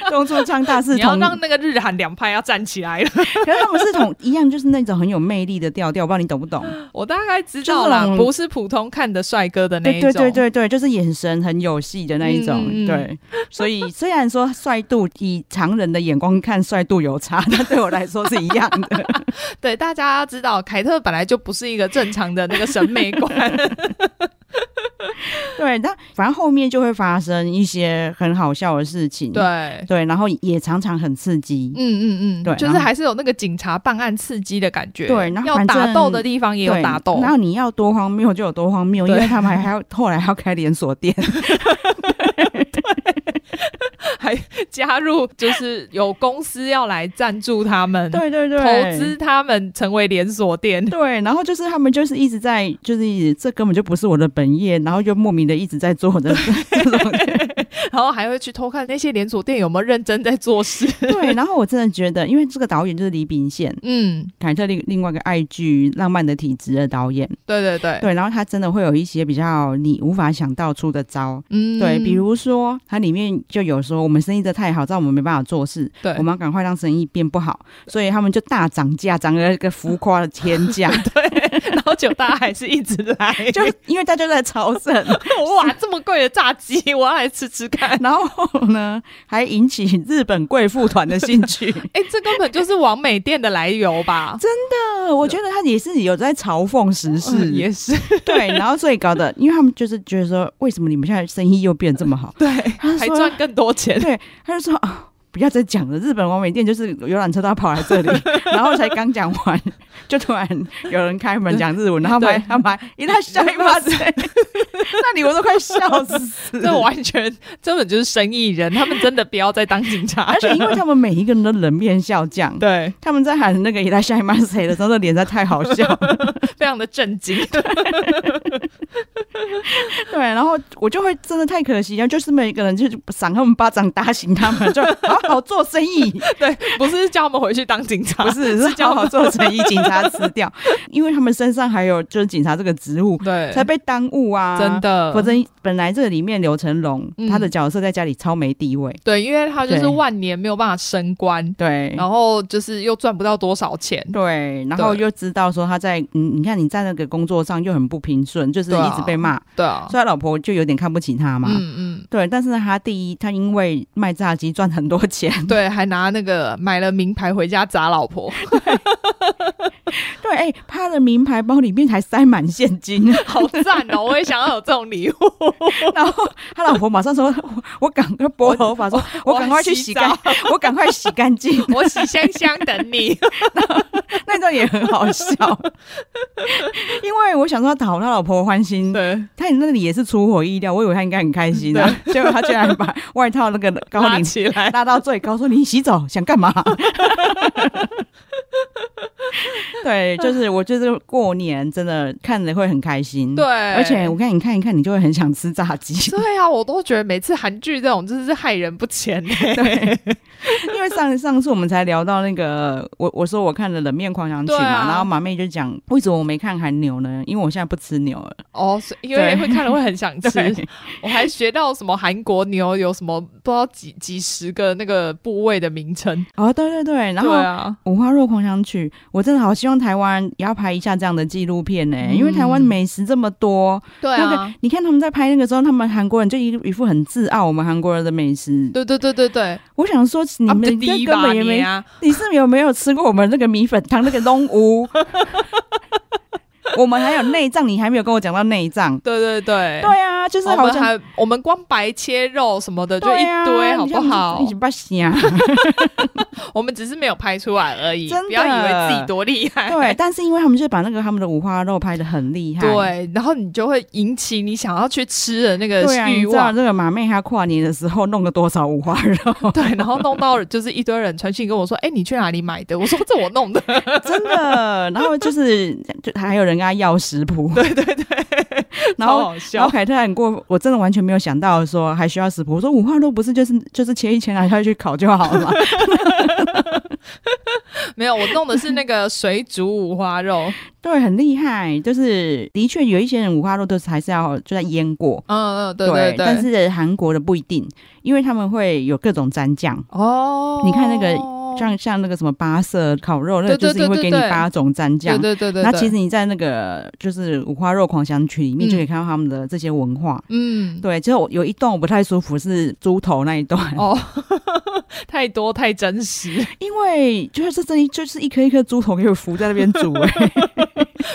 Speaker 2: 东珠昌大是
Speaker 1: 你要
Speaker 2: 同，
Speaker 1: 让那个日韩两派要站起来了。
Speaker 2: 可是他们是同一样，就是那种很有魅力的调调，我不知道你懂不懂？
Speaker 1: 我大概知道啦
Speaker 2: 就是那，种
Speaker 1: 不是普通看的帅哥的那一
Speaker 2: 对
Speaker 1: 种，
Speaker 2: 对对对对，就是眼神很有戏的那一种。
Speaker 1: 嗯嗯嗯
Speaker 2: 对，所以虽然说帅度以常人的眼光看帅度有差，但对我来说是一样的。
Speaker 1: 对大家要知道，凯特本来就不是一个正常的那个审美 观，
Speaker 2: 对，那反正后面就会发生一些很好笑的事情。
Speaker 1: 对，
Speaker 2: 对，然后也常常很刺激。
Speaker 1: 嗯嗯嗯，
Speaker 2: 对
Speaker 1: 就是
Speaker 2: 然后
Speaker 1: 还是有那个警察办案刺激的感觉，
Speaker 2: 对然后
Speaker 1: 要
Speaker 2: 反
Speaker 1: 打
Speaker 2: 正
Speaker 1: 斗的地方也有
Speaker 2: 对
Speaker 1: 打斗，
Speaker 2: 然后你要多荒谬就有多荒谬，因
Speaker 1: 对
Speaker 2: 为他们还要后来还要开连 锁店，
Speaker 1: 还加入就是有公司要来赞助他们，
Speaker 2: 对对对，
Speaker 1: 投资他们成为连锁店，
Speaker 2: 对，然后就是他们就是一直在， 就是一直这根本就不是我的本业，然后又莫名的一直在做的这种，
Speaker 1: 然后还会去偷看那些连锁店有没有认真在做事。
Speaker 2: 对，然后我真的觉得，因为这个导演就是李秉宪，
Speaker 1: 嗯，
Speaker 2: 凯特另另外一个爱剧《浪漫的体质》的导演，
Speaker 1: 对对对，
Speaker 2: 对，然后他真的会有一些比较你无法想到出的招。
Speaker 1: 嗯，
Speaker 2: 对，比如说它里面就有说，我们生意真的太好，让我们没办法做事，
Speaker 1: 对
Speaker 2: 我们要赶快让生意变不好，所以他们就大涨价，涨了一个浮夸的天 价，
Speaker 1: 然后九大还是一直来，
Speaker 2: 就因为大家都在朝圣，
Speaker 1: 哇这么贵的炸鸡，我要来吃吃看。
Speaker 2: 然后呢还引起日本贵妇团的兴 趣。
Speaker 1: 哎、这根本就是王美店的来由吧？
Speaker 2: 呃，我觉得他也是有在嘲讽时事，
Speaker 1: 嗯也是
Speaker 2: 对，然后所以搞得，因为他们就是觉得说，为什么你们现在生意又变这 么好？
Speaker 1: 对，
Speaker 2: 他
Speaker 1: 还
Speaker 2: 说
Speaker 1: 赚更多 钱。
Speaker 2: 对，他就说啊，不要再讲了，日本完美店就是游览车都要跑来这里，然后才刚讲完， 就突然有人开门讲日文，然后买
Speaker 1: 对
Speaker 2: 他买一大笑一 巴子，那里我都快笑死
Speaker 1: 这
Speaker 2: 了。
Speaker 1: 完全根本就是生意人，他们真的不要再当警察了。
Speaker 2: 而且因为他们每一个人都冷面笑匠，
Speaker 1: 对，
Speaker 2: 他们在喊那个一大笑一巴谁的时候，那脸实在太好笑 了。
Speaker 1: 非常的震惊。
Speaker 2: 对，然后我就会真的太可惜了，就是每一个人就是赏他们巴掌，打醒他们，就好好做生意，
Speaker 1: 对， 不是叫他们回去当警察，
Speaker 2: 不 是是
Speaker 1: 叫
Speaker 2: 好好做生意，警察辞掉， 因为他们身上还有就是警察这个职务
Speaker 1: 对，
Speaker 2: 才被耽误啊，
Speaker 1: 真。的
Speaker 2: 否则本来这里面刘成龙、
Speaker 1: 嗯
Speaker 2: 他的角色在家里超没地位，
Speaker 1: 对，因为他就是
Speaker 2: 对
Speaker 1: 万年没有办法升官，
Speaker 2: 对，
Speaker 1: 然后就是又赚不到多少钱。
Speaker 2: 对，然后
Speaker 1: 哦对
Speaker 2: 又知道说他在嗯，你看你在那个工作上又很不平顺，就是
Speaker 1: 对啊
Speaker 2: 一直被骂，
Speaker 1: 对啊
Speaker 2: 所以，他老婆就有点看不起他嘛。
Speaker 1: 嗯嗯。
Speaker 2: 对，但是呢，他第一，他因为卖炸鸡赚很多钱，
Speaker 1: 嗯对，还拿那个买了名牌回家砸老婆，
Speaker 2: 对，哎、他的名牌包里面还塞满现金，
Speaker 1: 好赞哦！我也想要有这种礼物。
Speaker 2: 然后他老婆马上说：“我我赶快拨头发，说
Speaker 1: 我
Speaker 2: 我赶快去洗干，我赶快洗 干净。
Speaker 1: 我洗香香等你。”
Speaker 2: 那段也很好笑， 因为我想说讨他老婆欢心，
Speaker 1: 对，
Speaker 2: 他那里也是出乎我意料，我以为他应该很开心啊，结果他居然把外套那个高
Speaker 1: 拉
Speaker 2: 领
Speaker 1: 起来。
Speaker 2: 拉到最高，说：“你洗澡想干嘛？” 对，就是我就是过年真的看着会很开心，
Speaker 1: 对，
Speaker 2: 而且我看你看一看，你就会很想吃炸鸡，
Speaker 1: 对啊，我都觉得每次韩剧这种真是害人不浅、欸。
Speaker 2: 对， 因为上上次我们才聊到那个，我我说我看了《冷面狂想曲》
Speaker 1: 对
Speaker 2: 嘛，
Speaker 1: 啊
Speaker 2: 然后马妹就讲为什么我没看韩牛呢？因为我现在不吃牛了。
Speaker 1: 哦，所以因为
Speaker 2: 对
Speaker 1: 会看了会很想
Speaker 2: 对
Speaker 1: 吃。我还学到什么韩国牛有什么不知道几几十个那个部位的名称。
Speaker 2: 哦，对对对，然后
Speaker 1: 对。啊，
Speaker 2: 五花肉狂想曲，我真的好希望台湾也要拍一下这样的纪录片呢、因为台湾
Speaker 1: 嗯
Speaker 2: 美食这么多，
Speaker 1: 对
Speaker 2: 那个
Speaker 1: 啊，
Speaker 2: 你看他们在拍那个时候，他们韩国人就一一副很自傲我们韩国人的美食。
Speaker 1: 对对对对对，
Speaker 2: 我想说你
Speaker 1: 啊
Speaker 2: 们
Speaker 1: 不就第
Speaker 2: 根
Speaker 1: 一
Speaker 2: 根
Speaker 1: 吧
Speaker 2: 本也
Speaker 1: 你
Speaker 2: 没
Speaker 1: 啊，
Speaker 2: 你是有没有吃过我们那个米粉汤那个龙屋？ 我们还有内脏，你还没有跟我讲到内脏。
Speaker 1: 对对对。
Speaker 2: 对啊，就是
Speaker 1: 我
Speaker 2: 好
Speaker 1: 们
Speaker 2: 像
Speaker 1: 欸哦还我们光白切肉什么的就一
Speaker 2: 对啊
Speaker 1: 堆，好
Speaker 2: 你
Speaker 1: 不
Speaker 2: 像
Speaker 1: 好
Speaker 2: 一？起 把虾。
Speaker 1: 我们只是没有拍出来而已，
Speaker 2: 真
Speaker 1: 不要以为自己
Speaker 2: 的
Speaker 1: 多厉害。
Speaker 2: 对， 但是因为他们就把那个他们的五花肉拍的很厉害。。
Speaker 1: 对，然后你就会引起你想要去吃的那个
Speaker 2: 对啊，你
Speaker 1: 欲
Speaker 2: 知道
Speaker 1: 望。
Speaker 2: 这个马妹她跨年的时候弄了多少五花 肉？
Speaker 1: 对，然后弄到就是一堆人传讯跟我说：“哎、你去哪里买的？”我说：“这我弄 的。
Speaker 2: 真的。然后就是， 就还有人跟她要食 谱。对对对。”然
Speaker 1: 超
Speaker 2: 后
Speaker 1: 好
Speaker 2: 然
Speaker 1: 笑
Speaker 2: 后，凯特很过，我真的完全没有想到说还需要食谱。我说五花肉不是就是就是切一切拿下去烤就好 了吗？
Speaker 1: 没有，我弄的是那个水煮五花肉，
Speaker 2: 对，很厉害。就是的确有一些人五花肉都是还是要就在腌过。
Speaker 1: 嗯嗯，对对对。
Speaker 2: 但是韩国的不一定，因为他们会有各种蘸酱，
Speaker 1: 哦，
Speaker 2: 你看那个像像那个什么巴色烤肉，那
Speaker 1: 对
Speaker 2: 个
Speaker 1: 对
Speaker 2: 就是因为给你
Speaker 1: 对对对
Speaker 2: 八种蘸
Speaker 1: 对
Speaker 2: 酱。
Speaker 1: 对对对，
Speaker 2: 那
Speaker 1: 对
Speaker 2: 其实你在那个就是五花肉狂想曲里
Speaker 1: 嗯
Speaker 2: 面就可以看到他们的这些文化。
Speaker 1: 嗯，
Speaker 2: 对，就我有一段我不太舒服是猪头那一段，
Speaker 1: 哦，太多太真 实，
Speaker 2: 因为就是这里就是一颗一颗猪头给我浮在那边煮、 哎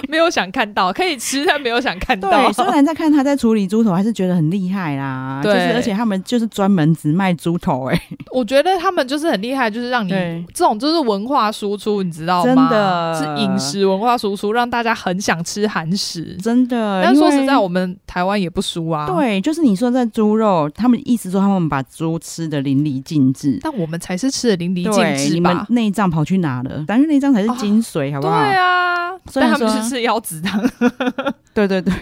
Speaker 1: 没有想看到，可以吃，但没有想看到
Speaker 2: 对，。虽然在看他在处理猪头，还是觉得很厉害啦。
Speaker 1: 对
Speaker 2: 就是而且他们就是专门只卖猪头、哎，
Speaker 1: 我觉得他们就是很厉害，就是让你
Speaker 2: 对
Speaker 1: 这种就是文化输出，你知道吗？
Speaker 2: 真的
Speaker 1: 是饮食文化输出，让大家很想吃韩食。
Speaker 2: 真的。
Speaker 1: 但说
Speaker 2: 因为
Speaker 1: 实在，我们台湾也不输啊。。
Speaker 2: 对，就是你说在猪肉，他们意思说他们把猪吃的淋漓尽致，
Speaker 1: 但我们才是吃的淋漓
Speaker 2: 对，
Speaker 1: 尽
Speaker 2: 你
Speaker 1: 致
Speaker 2: 们
Speaker 1: 吧？啊
Speaker 2: 内脏跑去哪了？咱们内脏才是精髓，好不
Speaker 1: 对
Speaker 2: 好？
Speaker 1: 啊，
Speaker 2: 虽
Speaker 1: 但
Speaker 2: 然
Speaker 1: 他们
Speaker 2: 说
Speaker 1: 是吃腰子汤，
Speaker 2: 对对 对，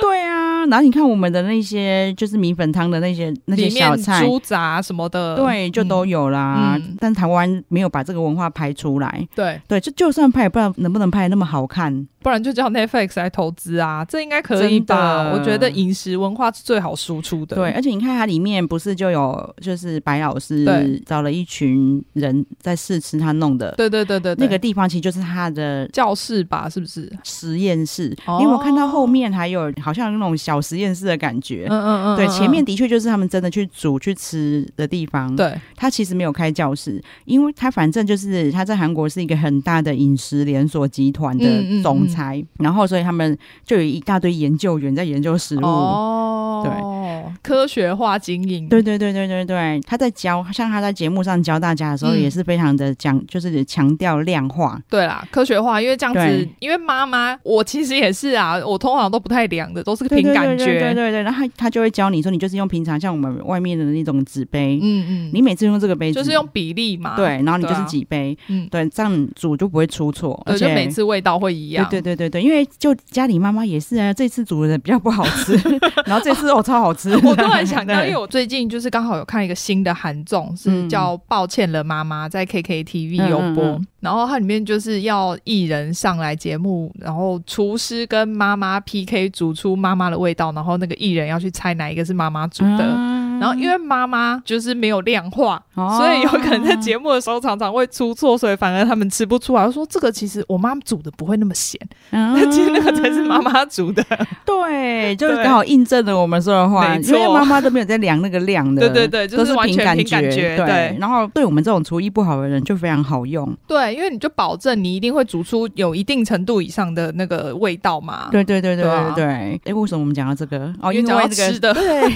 Speaker 2: 对啊。然后你看我们的那些就是米粉汤的那些那些
Speaker 1: 里
Speaker 2: 小
Speaker 1: 面
Speaker 2: 菜，
Speaker 1: 猪杂什么的，
Speaker 2: 对，就都
Speaker 1: 嗯
Speaker 2: 有啦。
Speaker 1: 嗯
Speaker 2: 但台湾没有把这个文化拍出来，
Speaker 1: 对，
Speaker 2: 对，就就算拍，也不知道能不能拍得那么好看。
Speaker 1: 不然就叫 Netflix 来投资啊，这应该可以吧？
Speaker 2: 真的
Speaker 1: 我觉得饮食文化是最好输出的，
Speaker 2: 对，而且你看它里面不是就有就是白老
Speaker 1: 对
Speaker 2: 师找了一群人在试吃他弄的，
Speaker 1: 对对对对对，
Speaker 2: 那个地方其实就是他的
Speaker 1: 教室吧，是不是？
Speaker 2: 实验室，
Speaker 1: 哦
Speaker 2: 因为我看到后面还有好像有那种小实验室的感觉。
Speaker 1: 嗯嗯嗯，
Speaker 2: 对，
Speaker 1: 嗯
Speaker 2: 前面的确就是他们真的去煮去吃的地方。
Speaker 1: 嗯，对
Speaker 2: 他其实没有开教室，因为他反正就是他在韩国是一个很大的饮食连锁集团
Speaker 1: 嗯嗯
Speaker 2: 的总裁，然后所以他们就有一大堆研究员在研究食物。
Speaker 1: 哦，对，科学化经营，
Speaker 2: 对对对对对对，他在教，像他在节目上教大家的时候，
Speaker 1: 嗯
Speaker 2: 也是非常的讲，就是强调量化。
Speaker 1: 对啦，科学化，因为这样子
Speaker 2: 对，
Speaker 1: 因为妈妈，我其实也是啊，我通常都不太量的，都是凭感觉，
Speaker 2: 对对对对对对，然后他他就会教你说，你就是用平常像我们外面的那种纸杯，
Speaker 1: 嗯嗯，
Speaker 2: 你每次用这个杯子，
Speaker 1: 就是用比例嘛，
Speaker 2: 对，然后你就是
Speaker 1: 对啊
Speaker 2: 几杯，
Speaker 1: 嗯，
Speaker 2: 对，这样煮就不会出错，而
Speaker 1: 对，
Speaker 2: 且
Speaker 1: 就每次味道会一样，
Speaker 2: 对对对对对，因为就家里妈妈也是啊，这次煮的比较不好 吃，然后这次我超好吃。
Speaker 1: 哦 我突然想到，
Speaker 2: 对啊
Speaker 1: 因为我最近就是刚好有看一个新的韩综，是
Speaker 2: 嗯
Speaker 1: 叫《抱歉了妈妈》，在 KKTV
Speaker 2: 嗯
Speaker 1: 有播。
Speaker 2: 嗯嗯
Speaker 1: 然后它里面就是要艺人上来节目，然后厨师跟妈妈 PK 煮出妈妈的味道，然后那个艺人要去猜哪一个是妈妈煮的。
Speaker 2: 啊
Speaker 1: 然后因为妈妈就是没有量化，
Speaker 2: 哦
Speaker 1: 所以有可能在节目的时候常常会出错，所以反而他们吃不出来。我说这个其实我妈煮的不会那么咸，
Speaker 2: 啊
Speaker 1: 那、 其实那个才是妈妈煮的。
Speaker 2: 对，就是
Speaker 1: 对
Speaker 2: 刚好印证了我们说的话，
Speaker 1: 没
Speaker 2: 因
Speaker 1: 错
Speaker 2: 为妈妈都没有在量那个量的，
Speaker 1: 对对对就是
Speaker 2: 都是
Speaker 1: 完全
Speaker 2: 感
Speaker 1: 凭感觉
Speaker 2: 对
Speaker 1: 对
Speaker 2: 然后对我们这种厨艺不好的人就非常好用，
Speaker 1: 对，因为你就保证你一定会煮出有一定程度以上的那个味道嘛。
Speaker 2: 对对对对
Speaker 1: 对啊
Speaker 2: 对对。哎、为什么我们讲到这个？哦，
Speaker 1: 因为
Speaker 2: 因
Speaker 1: 讲
Speaker 2: 为
Speaker 1: 到
Speaker 2: 这
Speaker 1: 吃
Speaker 2: 个。
Speaker 1: 的，
Speaker 2: 对，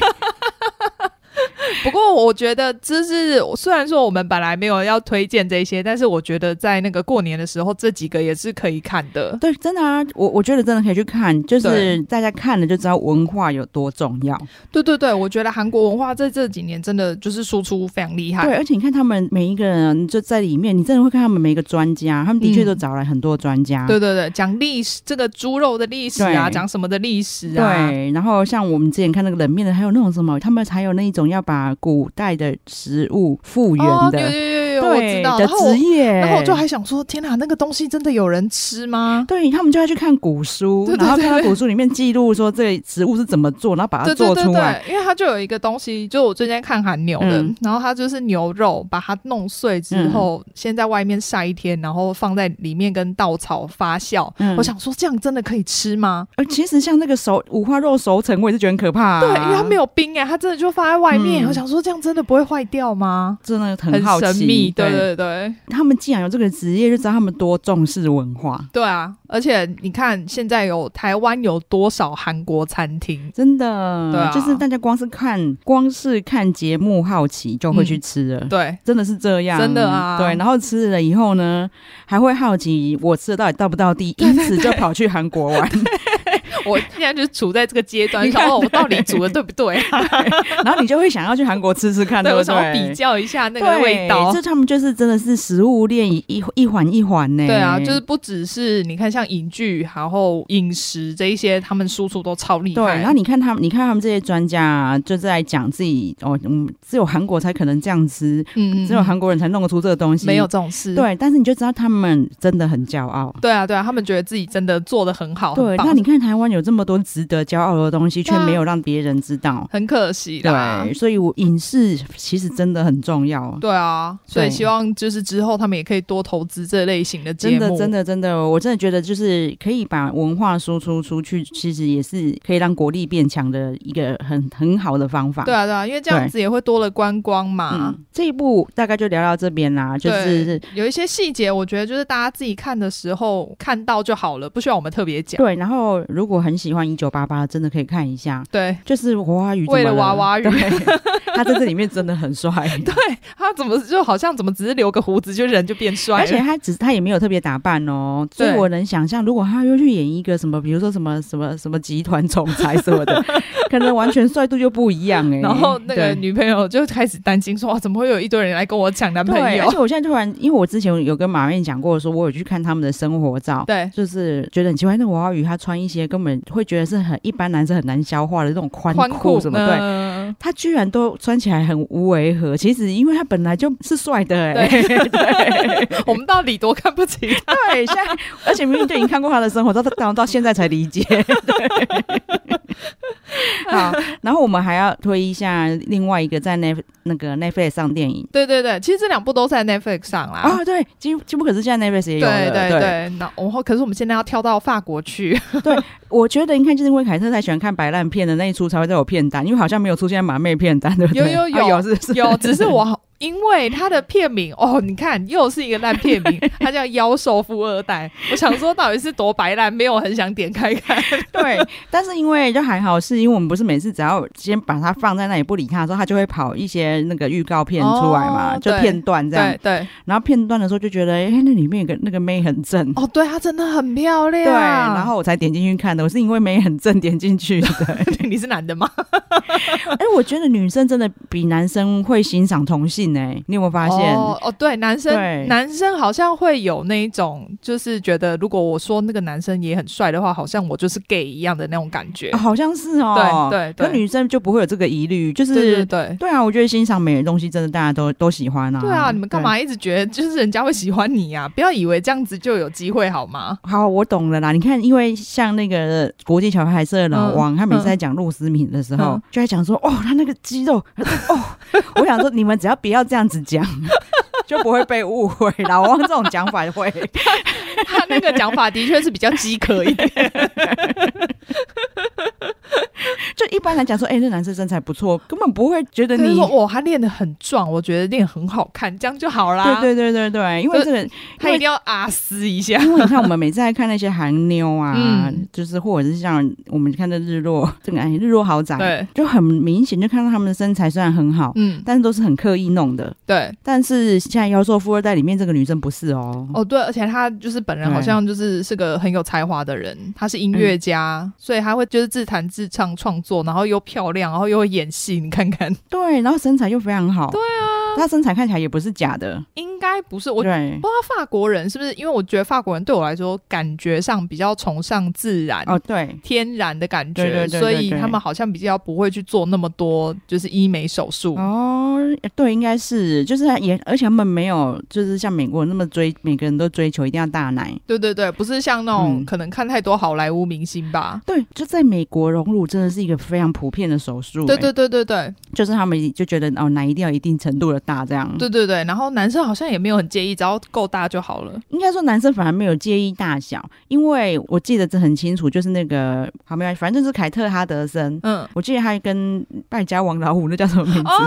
Speaker 1: 不过我觉得就是虽然说我们本来没有要推荐这些，但是我觉得在那个过年的时候，这几个也是可以看的。
Speaker 2: 对，真的啊，我我觉得真的可以去看，就是
Speaker 1: 对
Speaker 2: 大家看了就知道文化有多重要。
Speaker 1: 对对对，我觉得韩国文化在这几年真的就是输出非常厉害。
Speaker 2: 对，而且你看他们每一个人就在里面，你真的会看他们每一个专家，他们的确都找来很多专家。
Speaker 1: 嗯对对对，讲历史，这个猪肉的历史啊，
Speaker 2: 对
Speaker 1: 讲什么的历史啊，
Speaker 2: 对，然后像我们之前看那个冷面的，还有那种什么，他们还有那一种要把古代的食物复原
Speaker 1: 哦，有
Speaker 2: 的，
Speaker 1: 有有有，我知
Speaker 2: 对
Speaker 1: 道。
Speaker 2: 的
Speaker 1: 然后我
Speaker 2: 职业。
Speaker 1: 然后我就还想说，天哪，那个东西真的有人吃吗？
Speaker 2: 对他们就要去看古书，
Speaker 1: 对对
Speaker 2: 然后
Speaker 1: 对
Speaker 2: 看到
Speaker 1: 对
Speaker 2: 古书里面记录说这食物是怎么做，然后把它
Speaker 1: 对
Speaker 2: 做
Speaker 1: 对对
Speaker 2: 出来。
Speaker 1: 对，因为它就有一个东西，就我最近在看韩牛的，
Speaker 2: 嗯
Speaker 1: 然后它就是牛肉，把它弄碎之后，先在外面晒一天，然后放在里面跟稻草发酵。
Speaker 2: 嗯
Speaker 1: 我想说，这样真的可以吃吗？
Speaker 2: 呃，其实像那个熟五花肉熟成，我也是觉得很可怕、啊。
Speaker 1: 对，因为它没有冰哎、它真的就放在外面。
Speaker 2: 嗯
Speaker 1: 我想说，这样真的不会坏掉吗？
Speaker 2: 真的很
Speaker 1: 很
Speaker 2: 好奇，
Speaker 1: 神秘，对对对。
Speaker 2: 他们既然有这个职业，就知道他们多重视文化，
Speaker 1: 对啊，而且你看，现在有台湾有多少韩国餐厅？
Speaker 2: 真的，
Speaker 1: 对啊
Speaker 2: 就是大家光是看，光是看节目好奇就会去吃了。
Speaker 1: 嗯对，
Speaker 2: 真的是这样，
Speaker 1: 真的啊
Speaker 2: 对，然后吃了以后呢，还会好奇我吃的到底到不到地，因此就跑去韩国 玩。
Speaker 1: 我现在就处在这个阶段，
Speaker 2: 你
Speaker 1: 想
Speaker 2: 看
Speaker 1: 哦，我到底煮的对不 对啊？
Speaker 2: 然后你就会想要去韩国吃吃看，
Speaker 1: 对，
Speaker 2: 不
Speaker 1: 我
Speaker 2: 对？
Speaker 1: 想要比较一下那
Speaker 2: 那
Speaker 1: 个味道。
Speaker 2: 这他们就是真的是食物链一一一环一环呢。
Speaker 1: 对啊，就是不只是你看像影剧，然后饮食这一些，他们输出都超厉害。
Speaker 2: 对，然后你看他们，你看他们这些专家啊，就在讲自己哦，嗯，只有韩国才可能这样吃，
Speaker 1: 嗯嗯，
Speaker 2: 只有
Speaker 1: 嗯
Speaker 2: 韩国人才弄得出这个东西，
Speaker 1: 没有这种事。
Speaker 2: 对，但是你就知道他们真的很骄傲。
Speaker 1: 对啊，对啊，他们觉得自己真的做的很好，
Speaker 2: 对，
Speaker 1: 哦很棒
Speaker 2: 那你看台湾有这么多值得骄傲的东西，却
Speaker 1: 对啊
Speaker 2: 没有让别人知道。
Speaker 1: 很可惜啦
Speaker 2: 对，。所以我影视其实真的很重要。
Speaker 1: 对啊，所以
Speaker 2: 对
Speaker 1: 希望就是之后他们也可以多投资这类型的节
Speaker 2: 真
Speaker 1: 目，
Speaker 2: 的，真的，真的，我真的觉得就是可以把文化输出出去，其实也是可以让国力变强的一个很很好的方法。
Speaker 1: 对啊，对啊，因为这样
Speaker 2: 对
Speaker 1: 子也会多了观光嘛。
Speaker 2: 嗯，这一部大概就聊到这边啦，就
Speaker 1: 对
Speaker 2: 是
Speaker 1: 有一些细节，我觉得就是大家自己看的时候看到就好了，不需要我们特别讲。
Speaker 2: 对。然后如果很喜欢一九八八，真的可以看一下，
Speaker 1: 对，
Speaker 2: 就是娃娃鱼怎么
Speaker 1: 为了娃娃鱼
Speaker 2: 对他在这里面真的很帅，
Speaker 1: 对他怎么就好像怎么只是留个胡子就人就变帅
Speaker 2: 而且
Speaker 1: 了，
Speaker 2: 他只他也没有特别打扮哦，所以
Speaker 1: 对
Speaker 2: 我能想象，如果他又去演一个什么，比如说什么什么什么集团总裁什 么的，可能完全帅度就不一样哎、
Speaker 1: 然后那个
Speaker 2: 对
Speaker 1: 女朋友就开始担心说哇，怎么会有一堆人来跟我抢男朋
Speaker 2: 对，而
Speaker 1: 友？
Speaker 2: 且我现在突然，因为我之前有跟马面讲过说我有去看他们的生活照。
Speaker 1: 对，
Speaker 2: 就是觉得很奇怪，那娃娃鱼他穿一些根本会觉得是很一般男生很难消化的那种宽
Speaker 1: 宽嗯
Speaker 2: 裤什么，对，
Speaker 1: 对，
Speaker 2: 他居然都穿起来很无违和。其实因为他本来就是帅的、欸，对
Speaker 1: 我们到底多看不起他？
Speaker 2: 对，现在而且明明就已经看过他的生活，到到到现在才 理解。对 好，然后我们还要推一下另外一个在 Net 那个 Netflix 上电影
Speaker 1: 对对对，其实这两部都在 Netflix 上啦。
Speaker 2: 啊，对，机机不可知现在 Netflix 也有
Speaker 1: 对
Speaker 2: 了，
Speaker 1: 对对，那然后可是我们现在要跳到法国去，
Speaker 2: 我觉得应该就是因为凯特太喜欢看白烂片的那一出才会在我片单，因为好像没有出现马妹片单，对不对？
Speaker 1: 有有有
Speaker 2: 啊有 是不是
Speaker 1: 有，只是我因为他的片名哦，你看又是一个烂片 名，它叫《妖兽富二代》。我想说到底是多白烂，没有很想点开看。
Speaker 2: 对，但是因为就还好，是因为我们不是每次只要先把它放在那里不理它的时候，它就会跑一些那个预告片出来嘛，
Speaker 1: 哦
Speaker 2: 就
Speaker 1: 对
Speaker 2: 片段这样
Speaker 1: 对。对，
Speaker 2: 然后片段的时候就觉得，哎、那里面有个那个妹很正。
Speaker 1: 哦，啊对，她真的很漂亮。
Speaker 2: 对，然后我才点进去看的。我是因为妹很正点进去的。
Speaker 1: 你是男的吗？
Speaker 2: 哎、我觉得女生真的比男生会欣赏同性哎、你有没有发现？
Speaker 1: 哦哦，对，男
Speaker 2: 对
Speaker 1: 生男生好像会有那一种，就是觉得如果我说那个男生也很帅的话，好像我就是 gay 一样的那种感觉。
Speaker 2: 啊好像是哦。
Speaker 1: 对对
Speaker 2: 可
Speaker 1: 对
Speaker 2: 女生就不会有这个疑虑，就是
Speaker 1: 对对对。
Speaker 2: 对啊，我觉得欣赏美的东西真的大家都都喜欢啊。
Speaker 1: 对啊，你们干
Speaker 2: 对？
Speaker 1: 嘛一直觉得就是人家会喜欢你呀、啊不要以为这样子就有机会好吗？
Speaker 2: 好，我懂了啦。你看，因为像那个国际桥牌社的老王，他每次在讲陆思敏的时候，
Speaker 1: 嗯
Speaker 2: 就在讲说，哦，他那个肌肉，哦， 我想说，你们只要不要这样子讲， 就不会被误会。老王这种讲法 会，
Speaker 1: 他那个讲法的确是比较饥渴 一点。
Speaker 2: 就一般来讲说，哎、这男生身材不错，根本不会觉得
Speaker 1: 就是
Speaker 2: 你
Speaker 1: 说，。哇，他练得很壮，我觉得练得很好看，这样就好啦。
Speaker 2: 对对对对啊对，因为这个，
Speaker 1: 他一定要啊撕一下。
Speaker 2: 因为你看我们每次在看那些韩妞啊，
Speaker 1: 嗯
Speaker 2: 就是或者是像我们看的日落，这个哎日落豪宅，
Speaker 1: 对，
Speaker 2: 就很明显就看到他们的身材虽然很好，
Speaker 1: 嗯，
Speaker 2: 但是都是很刻意弄的。
Speaker 1: 对，
Speaker 2: 但是现在《妖兽富二代》里面这个女生不是哦，
Speaker 1: 哦对，而且他就是本人
Speaker 2: 对嗯
Speaker 1: 好像就是是个很有才华的人，他是音乐家，所以他会就是自弹自唱创作，然后又漂亮，然后又会演戏，你看看，
Speaker 2: 对，然后身材又非常好，对啊，她身材看起来也不是假的，
Speaker 1: 应该不是我
Speaker 2: 对，
Speaker 1: 不知道法国人是不是，因为我觉得法国人对我来说感觉上比较崇尚自然、
Speaker 2: 哦对。
Speaker 1: 天然的感觉，
Speaker 2: 对对对对
Speaker 1: 所以
Speaker 2: 对
Speaker 1: 他们好像比较不会去做那么多就是医美手术。
Speaker 2: 哦，对，应该是，就是也，而且他们没有，就是像美国那么追，每个人都追求一定要大奶。
Speaker 1: 对对对，不是像那种、
Speaker 2: 嗯
Speaker 1: 可能看太多好莱坞明星吧。
Speaker 2: 对，就在美国隆乳真的是一个非常普遍的手术、
Speaker 1: 对
Speaker 2: 哎
Speaker 1: 对对对对
Speaker 2: 就是他们就觉得哦，奶一定要一定程度的大这样。
Speaker 1: 对对对，然后男生好像也没有很介意，只要够大就好了。
Speaker 2: 应该说男生反而没有介意大小，因为我记得这很清楚，就是那个好没关系，反正就是凯特哈德森，
Speaker 1: 嗯，
Speaker 2: 我记得他跟败家王老虎那叫什么名字？，
Speaker 1: 哦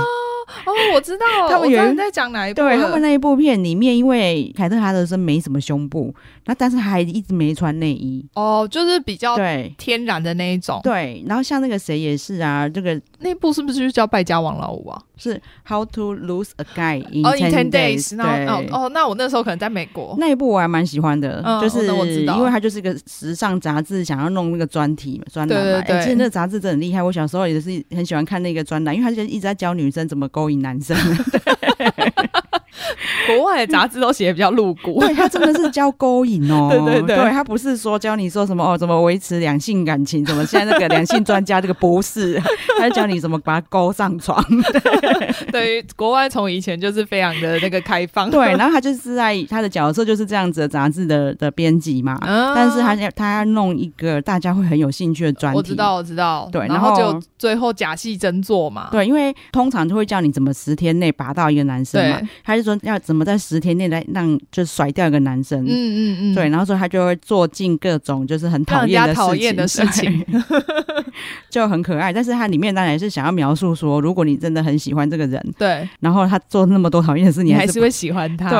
Speaker 1: 哦，我知道
Speaker 2: 他们
Speaker 1: 我
Speaker 2: 有一
Speaker 1: 知道你在讲哪一部了。
Speaker 2: 对他们那一部片里面，因为凯特哈德森没什么胸部，那但是他还一直没穿内衣。
Speaker 1: 哦，就是比较
Speaker 2: 对
Speaker 1: 天然的那一种。
Speaker 2: 对，然后像那个谁也是啊，这个
Speaker 1: 那部是不是就叫《败家王老五》啊？
Speaker 2: 是 How to Lose a Guy in
Speaker 1: 哦，in ten
Speaker 2: Ten Days，
Speaker 1: days，然后
Speaker 2: 对
Speaker 1: 哦哦，那我那时候可能在美国。
Speaker 2: 那一部我还蛮喜欢的，
Speaker 1: 嗯
Speaker 2: 就是
Speaker 1: 那我知道
Speaker 2: 因为它就是一个时尚杂志，想要弄那个专题专栏嘛。
Speaker 1: 对对对
Speaker 2: 哎其实那个杂志真的很厉害，我小时候也是很喜欢看那个专栏，因为它就一直在教女生怎么勾引男生。
Speaker 1: 国外的杂志都写的比较露骨。
Speaker 2: 对，它真的是教勾引哦。
Speaker 1: 对对对
Speaker 2: 对，它不是说教你说什么哦，怎么维持两性感情，怎么现在那个两性专家这个博士，他就教你怎么把它勾上床。
Speaker 1: 对，国外从以前就是非常的那个开放。
Speaker 2: 对，然后他就是在他的角色就是这样子的杂志的的编辑嘛。
Speaker 1: 嗯
Speaker 2: 但是他要他要弄一个大家会很有兴趣的专题，
Speaker 1: 我知道，我知道。
Speaker 2: 对
Speaker 1: 然
Speaker 2: 然后
Speaker 1: 就最后假戏真做嘛。
Speaker 2: 对，因为通常就会叫你怎么十天内拔到一个男生嘛
Speaker 1: 对，
Speaker 2: 他就说要怎么在十天内来让就甩掉一个男生。
Speaker 1: 嗯嗯嗯，
Speaker 2: 对，然后所以他就会做尽各种就是很
Speaker 1: 让
Speaker 2: 讨
Speaker 1: 人
Speaker 2: 厌的
Speaker 1: 家
Speaker 2: 事
Speaker 1: 讨
Speaker 2: 情，
Speaker 1: 厌的事情。
Speaker 2: 就很可爱。但是它里面当然是想要描述说，如果你真的很喜欢这个人，
Speaker 1: 对
Speaker 2: 然后他做那么多讨厌的事，
Speaker 1: 你
Speaker 2: 还
Speaker 1: 还
Speaker 2: 是
Speaker 1: 是会喜欢他，
Speaker 2: 对。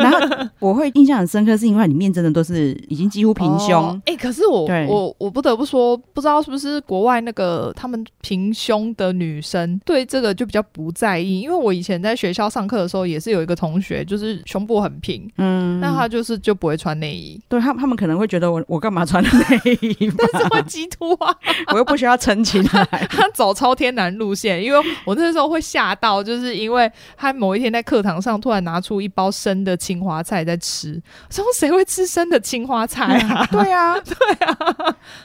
Speaker 2: 然后我会印象很深刻，是因为它里面真的都是已经几乎平胸。
Speaker 1: 哦哎、可是我
Speaker 2: 对
Speaker 1: 我我不得不说，不知道是不是国外那个他们平胸的女生对这个就比较不在意，因为我以前在学校上课的时候，也是有一个同学就是胸部很平，
Speaker 2: 嗯，
Speaker 1: 那他就是就不会穿内衣，
Speaker 2: 对他他们可能会觉得我我干嘛穿内衣吧？
Speaker 1: 但是会激突啊，
Speaker 2: 我又不需要撑起来。
Speaker 1: 他走超天然路线，因为我那时候会吓到，就是因为他某一天在课堂上突然拿出一包生的青花菜在吃，我说谁会吃生的青花菜 啊？
Speaker 2: 对啊，对啊，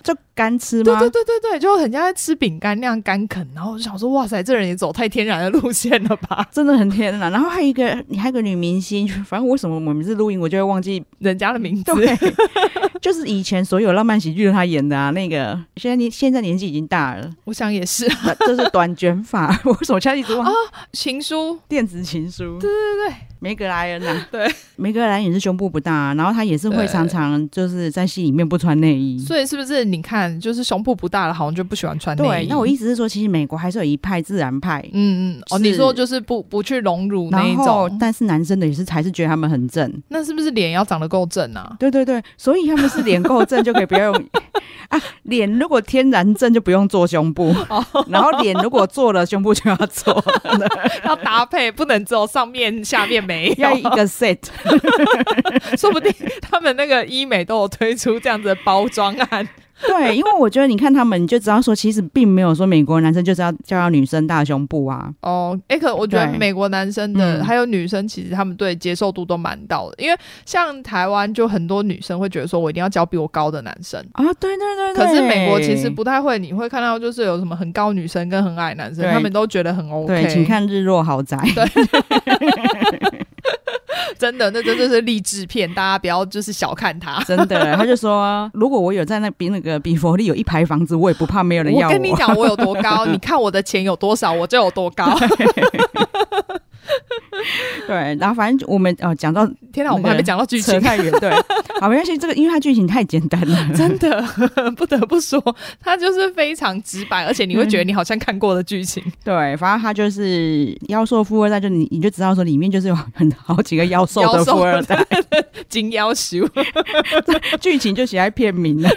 Speaker 2: 就干吃
Speaker 1: 对
Speaker 2: 吗？
Speaker 1: 对对对对，就很像在吃饼干那样干啃，然后我就想说，哇塞，这人也走太天然的路线了吧？
Speaker 2: 真的很天然。然后还有一个，你还有一个女明星，反正为什么我每次录音我就会忘记，
Speaker 1: 人家的名字，
Speaker 2: 就是以前所有浪漫喜剧都她演的啊。那个现在年现在年纪已经大了，
Speaker 1: 我想也是，《
Speaker 2: 那就是短卷发，我为什么现在一直
Speaker 1: 哦
Speaker 2: 忘？
Speaker 1: 情书
Speaker 2: 电子情书，对对对，梅格莱恩呐、啊，
Speaker 1: 对，
Speaker 2: 梅格莱恩也是胸部不大、然后她也是会
Speaker 1: 对
Speaker 2: 常常就是在戏里面不穿内》，衣。
Speaker 1: 所以是不是你看，就是胸部不大了，好像就不喜欢穿内衣？
Speaker 2: 对，那我意思是说，其实美国还是有一派自然派，
Speaker 1: 嗯嗯，哦，
Speaker 2: 是
Speaker 1: 你说就是不不去隆乳那一
Speaker 2: 然后
Speaker 1: 种，
Speaker 2: 但是男生的也是还是觉得他们很正，
Speaker 1: 那是不是脸要长得够正啊？
Speaker 2: 对对对，所以他们是脸够正就可以不要用 啊，脸如果天然正就不用做胸部，
Speaker 1: 哦
Speaker 2: 然后脸如果做了胸部就要做了，
Speaker 1: 要搭配，不能只有上面下面没
Speaker 2: 要
Speaker 1: 有
Speaker 2: 一， 个 set。
Speaker 1: 说不定他们那个医美都有推出这样子的包装案。
Speaker 2: 对，因为我觉得你看他们，你就知道说其实并没有说美国男生就是要就要女生大胸部啊，
Speaker 1: 哦，哎、可我觉得
Speaker 2: 对
Speaker 1: 美国男生的、
Speaker 2: 嗯
Speaker 1: 还有女生，其实他们对接受度都蛮高的，因为像台湾就很多女生会觉得说我一定要交比我高的男生。
Speaker 2: 啊，对对对对。
Speaker 1: 可是美国其实不太会，你会看到就是有什么很高女生跟很矮男生，
Speaker 2: 对
Speaker 1: 他们都觉得很 OK。
Speaker 2: 对，请，看日落豪宅。
Speaker 1: 真的，那真的是励志片，大家不要就是小看它。
Speaker 2: 真的，他就说，如果我有在那比那个比佛利有一排房子，我也不怕没有人要
Speaker 1: 我跟你讲，我有多 高，你看我的钱有多少，我就有多高。
Speaker 2: 对，然后反正我们哦讲到
Speaker 1: 天哪，我们还没讲到剧
Speaker 2: 扯
Speaker 1: 情，
Speaker 2: 太远， 对，好没关系，这个因为它剧情太简单了，
Speaker 1: 真的 不得不说，它就是非常直白，而且你会觉得
Speaker 2: 嗯
Speaker 1: 你好像看过的剧情。
Speaker 2: 对，反正它就是妖兽富二代，就你你就知道说里面就是有很好几个妖兽
Speaker 1: 妖
Speaker 2: 的
Speaker 1: 兽
Speaker 2: 富二代，
Speaker 1: 金要 求
Speaker 2: 剧情就写在片名了。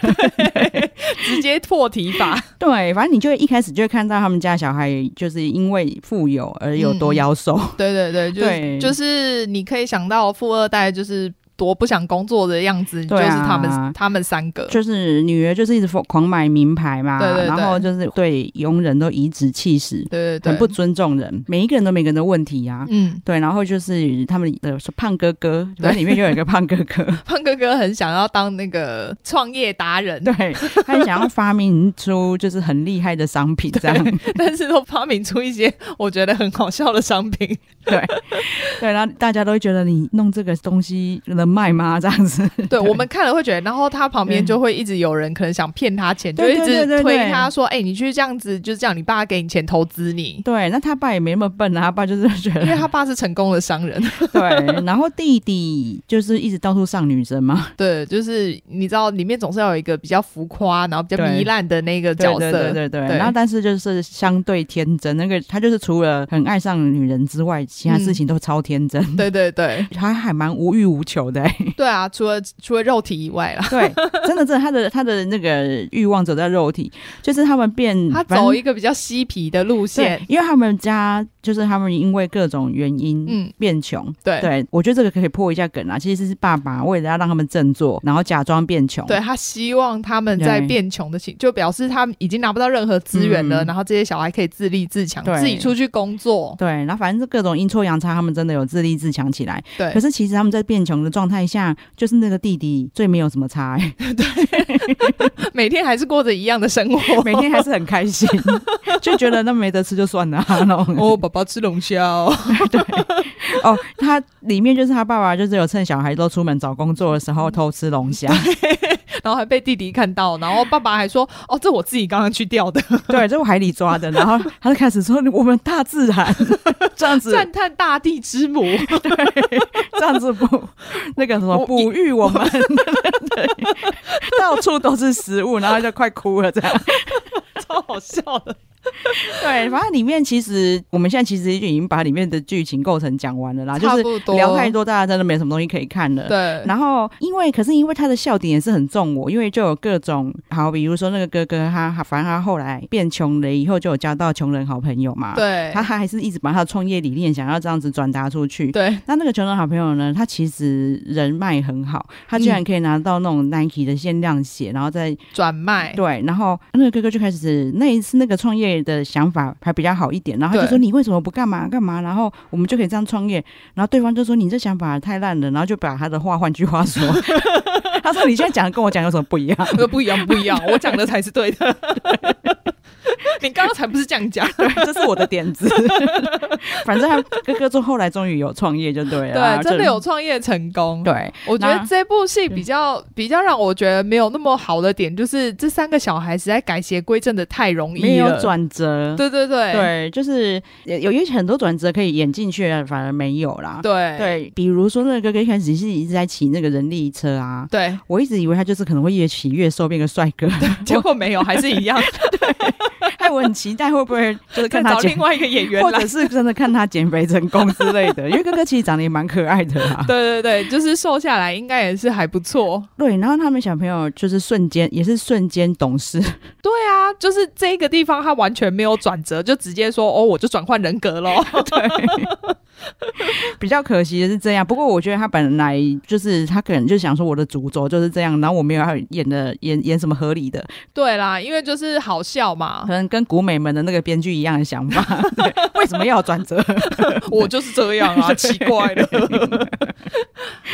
Speaker 1: 直接破题法，
Speaker 2: 对，反正你就会一开始就会看到他们家小孩就是因为富有而有
Speaker 1: 嗯
Speaker 2: 多妖兽，
Speaker 1: 对对对，就是
Speaker 2: 对
Speaker 1: 就是你可以想到富二代就是多不想工作的样子，就
Speaker 2: 对
Speaker 1: 是
Speaker 2: 啊
Speaker 1: 他们他们三个，
Speaker 2: 就是女儿就是一直疯狂买名牌嘛，
Speaker 1: 对对对
Speaker 2: 然后就是对佣人都颐指气使，
Speaker 1: 对对对，
Speaker 2: 很不尊重人，每一个人都每个人的问题呀、啊。
Speaker 1: 嗯，
Speaker 2: 对，然后就是他们的说胖哥哥，反正里面就有一个胖哥 哥，
Speaker 1: 胖哥哥很想要当那个创业达人，
Speaker 2: 对，他想要发明出就是很厉害的商品这样，
Speaker 1: 但是都发明出一些 我觉得很好笑的商 品，
Speaker 2: 对，然后大家都会觉得你弄这个东西能卖吗？这样子，
Speaker 1: 对我们看了会觉得，然后他旁边
Speaker 2: 对
Speaker 1: 就会一直有人可能想骗他钱，就
Speaker 2: 嗯对
Speaker 1: 一
Speaker 2: 对
Speaker 1: 直
Speaker 2: 对对
Speaker 1: 推
Speaker 2: 对
Speaker 1: 他说：“哎、你去这样子，就是叫你爸给你钱投资你。
Speaker 2: 对，那他爸也没那么笨啊，他爸就是觉”
Speaker 1: 因为
Speaker 2: 得
Speaker 1: 他爸是成功的商人，
Speaker 2: 对，然后弟弟就是一直到处上女生嘛，
Speaker 1: 对，就是你知道里面总是要有一个比较浮夸，然后比较
Speaker 2: 对
Speaker 1: 糜烂的那个
Speaker 2: 对
Speaker 1: 角色，
Speaker 2: 对对对对，
Speaker 1: 对
Speaker 2: 然后但是就是相对天真，那个他就是除了很爱上女人之外，其他
Speaker 1: 嗯
Speaker 2: 事情都超天真，
Speaker 1: 对对 对
Speaker 2: 他还蛮无欲无求 的、欸
Speaker 1: 对啊！除了除了肉体以外啦，
Speaker 2: 对，真的真的，他的他的那个欲望走在肉体，就是他们变
Speaker 1: 他
Speaker 2: 嗯反正
Speaker 1: 走一个比较嬉皮的路线
Speaker 2: 对，，因为他们家就是他们因为各种原因，
Speaker 1: 嗯
Speaker 2: 嗯，变穷。
Speaker 1: 对
Speaker 2: 对，我觉得这个可以破一下梗啊。其实是爸爸为了要让他们振作，然后假装变穷。
Speaker 1: 对他希望他们在
Speaker 2: 对
Speaker 1: 变穷的情，就表示他们已经拿不到任何资源了，
Speaker 2: 嗯
Speaker 1: 然后这些小孩可以自立自强，
Speaker 2: 对
Speaker 1: 自己出去工作，
Speaker 2: 对，然后反正各种阴错阳差，他们真的有自立自强起来。
Speaker 1: 对
Speaker 2: 可，是其实他们在变穷的状态下，就是那个弟弟最没有什么 差、欸，
Speaker 1: 每天还是过着一样的生 活，
Speaker 2: 每天还是很开 心，就觉得那没得吃就算了、啊、那种。
Speaker 1: 哦，爸爸吃龙虾哦，
Speaker 2: 哦，他里面就是他爸爸，就是有趁小孩都出门找工作的时
Speaker 1: 嗯
Speaker 2: 候偷吃龙虾。
Speaker 1: 然后还被弟弟看到，然后爸爸还说，哦，这我自己刚刚去钓的，
Speaker 2: 对，这我海里抓的，然后他就开始说我们大自 然这样子，
Speaker 1: 赞叹大地之母，
Speaker 2: 这样子不那个什么
Speaker 1: 我
Speaker 2: 哺育我 们，对，到处都是食物，然后就快哭了这样。
Speaker 1: 超好笑的。
Speaker 2: 对，反正里面其实我们现在其实已经把里面的剧情构成讲完了啊啦，就
Speaker 1: 差
Speaker 2: 是
Speaker 1: 不多
Speaker 2: 聊太多，大家真的没什么东西可以看了。
Speaker 1: 对，
Speaker 2: 然后，因为可是因为他的笑点也是很重我，因为就有各种好，比如说那个哥哥他，他反正他后来变穷人以后，就有交到穷人好朋友嘛。，
Speaker 1: 对，
Speaker 2: 他他还是一直把他的创业理念想要这样子转达出去。
Speaker 1: 对，
Speaker 2: 那那个穷人好朋友呢，他其实人脉很好，他
Speaker 1: 嗯
Speaker 2: 居然可以拿到那种 Nike 的限量鞋，然后再
Speaker 1: 转卖，
Speaker 2: 对，然后那个哥哥就开始那一次那个创业的想法还比较好一点，然后他就
Speaker 1: 对
Speaker 2: 说你为什么不干嘛干嘛，然后我们就可以这样创业，然后对方就说你这想法太烂了，然后就把他的话换句话说，他说你现在讲的跟我讲有什么不一样？
Speaker 1: 呃，不一样，不一样，我 讲的才是对的。你刚刚才不是这样讲？
Speaker 2: 对，这是我的点子。 反正他哥哥就后来终于有创业就对了，
Speaker 1: 对，真的
Speaker 2: 就
Speaker 1: 有。创业成功。
Speaker 2: 对，
Speaker 1: 我觉得
Speaker 2: 那嗯
Speaker 1: 这部戏比较比较让我觉得没有那么好的点，就是这三个小孩实在改邪归正的太容
Speaker 2: 没
Speaker 1: 易
Speaker 2: 有
Speaker 1: 了。
Speaker 2: 转折，
Speaker 1: 对对对
Speaker 2: 对，啊就是有有一些很多转折可以演进去，反而没有啦。
Speaker 1: 对
Speaker 2: 对，比如说那个哥哥一开始是一直在骑那个人力车啊，
Speaker 1: 对
Speaker 2: 我一直以为他就是可能会越骑越瘦，变个帅哥，
Speaker 1: 结果没有，还是一样。
Speaker 2: 害我很期待会不会 就是看他
Speaker 1: 找
Speaker 2: 减
Speaker 1: 另，外一个演员
Speaker 2: 或
Speaker 1: 来
Speaker 2: 者。是真的看他减肥成功之类的，因为哥哥其实长得也蛮可爱的啊啦。
Speaker 1: 对对对，就是瘦下来应该也是还不错。
Speaker 2: 对，然后他们小朋友就是瞬间也是瞬间懂事，
Speaker 1: 对啊，就是这个地方他完全没有转折，就直接说哦，我就转换人格咯。
Speaker 2: 比较可惜的是这样。不过我觉得他本来就是他可能就想说我的主轴就是这样，然后我没有要演的演演什么合理的，
Speaker 1: 对啦，因为就是好笑嘛
Speaker 2: 可，能跟古美们的那个编剧一样的想法，对为什么要有转折？
Speaker 1: 我就是这样啊，奇怪 了。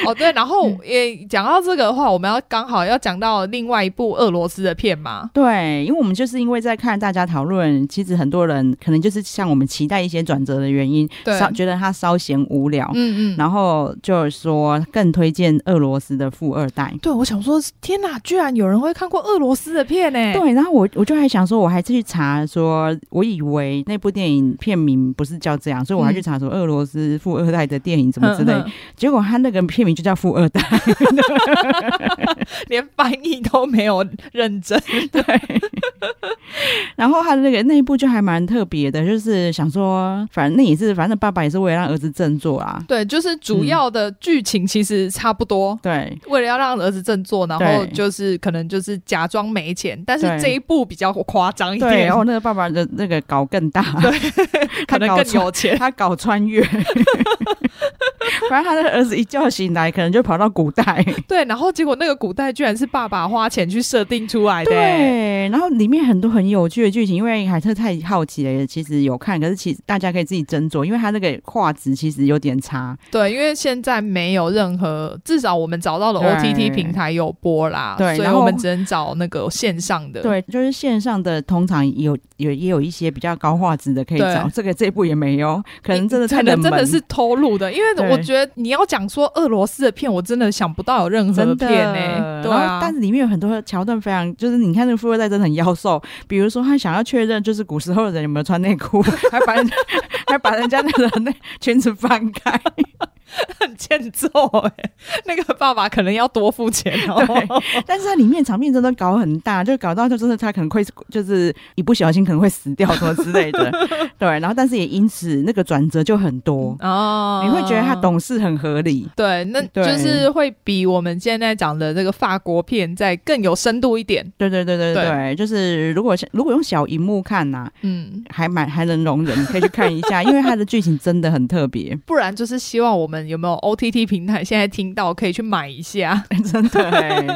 Speaker 1: 哦，对，然后也讲到这个的话，我们要刚好要讲到另外一部俄罗斯的片嘛。
Speaker 2: 对，因为我们就是因为在看大家讨论，其实很多人可能就是像我们期待一些转折的原因，
Speaker 1: 对
Speaker 2: 稍觉得它稍嫌无聊，
Speaker 1: 嗯嗯。
Speaker 2: 然后就是说更推荐俄罗斯的富二代。
Speaker 1: 对，我想说，天哪，居然有人会看过俄罗斯的片呢、
Speaker 2: 对，然后我我就还想说，我还去查说，我以为那部电影片名不是叫这样，所以我还去查说俄罗斯富二代的电影怎么之类，
Speaker 1: 哼哼
Speaker 2: 结果他那个片名就叫富二代，
Speaker 1: 连翻译都没有认真。
Speaker 2: 然后他的那个那一部就还蛮特别的，就是想说，反正那也是，反正爸爸也是为了让儿子振作啊啦，
Speaker 1: 对，就是主要的剧情其实差不多。
Speaker 2: 对，
Speaker 1: 为了要让儿子振作，然后
Speaker 2: 对
Speaker 1: 就是可能就是假装没钱，但是
Speaker 2: 对
Speaker 1: 这一部比较夸张一
Speaker 2: 对，
Speaker 1: 点，
Speaker 2: 哦，那个爸爸的那个搞更大，对，
Speaker 1: 可能更有 钱。
Speaker 2: 他搞穿越。反正他的儿子一觉醒来，可能就跑到古代。
Speaker 1: 对，然后结果那个古代居然是爸爸花钱去设定出来的、
Speaker 2: 对，然后里面很多很有趣的剧情，因为海特太好奇了，其实有看，可是其实大家可以自己斟酌，因为他那个画质其实有点差。
Speaker 1: 对，因为现在没有任何，至少我们找到了 OTT
Speaker 2: 对
Speaker 1: 平台有播啦，
Speaker 2: 对
Speaker 1: 所以
Speaker 2: 然后
Speaker 1: 我们只能找那个线上的。
Speaker 2: 对，就是线上的通常有有也有一些比较高画质的可以
Speaker 1: 对
Speaker 2: 找，这个这部也没有，可能
Speaker 1: 你
Speaker 2: 真的太
Speaker 1: 可能
Speaker 2: 冷门
Speaker 1: 真的是偷录的，因为
Speaker 2: 对
Speaker 1: 我觉得你要讲说俄罗斯的片，我真的想不到有任何
Speaker 2: 真的
Speaker 1: 片呢、对
Speaker 2: 欸然后
Speaker 1: 啊，
Speaker 2: 但是里面有很多桥段非常，就是你看那个富二代真的很妖兽， 比如说他想要确认就是古时候的人有没有穿内裤， 还把人还把人家那个那裙子翻 开，
Speaker 1: 很 欠揍哎、那个爸爸可能要多付钱哦、
Speaker 2: 但是它里面场面真的搞很大，就搞到就真的他可能会就是一不小心可能会死掉什么之类 的，对，然后但是也因此那个转折就很多，
Speaker 1: 哦
Speaker 2: 你会觉得他。懂事很合理。
Speaker 1: 对，那
Speaker 2: 对
Speaker 1: 就是会比我们现在讲的这个法国片再更有深度一点。
Speaker 2: 对对对对
Speaker 1: 对
Speaker 2: 对，就是如果如果用小荧幕看呐、
Speaker 1: 嗯，
Speaker 2: 还蛮还能容忍，可以去看一下，因为它的剧情真的很特别。
Speaker 1: 不然就是希望我们有没有 OTT 平台，现在听到可以去买一 下。
Speaker 2: 真的、欸，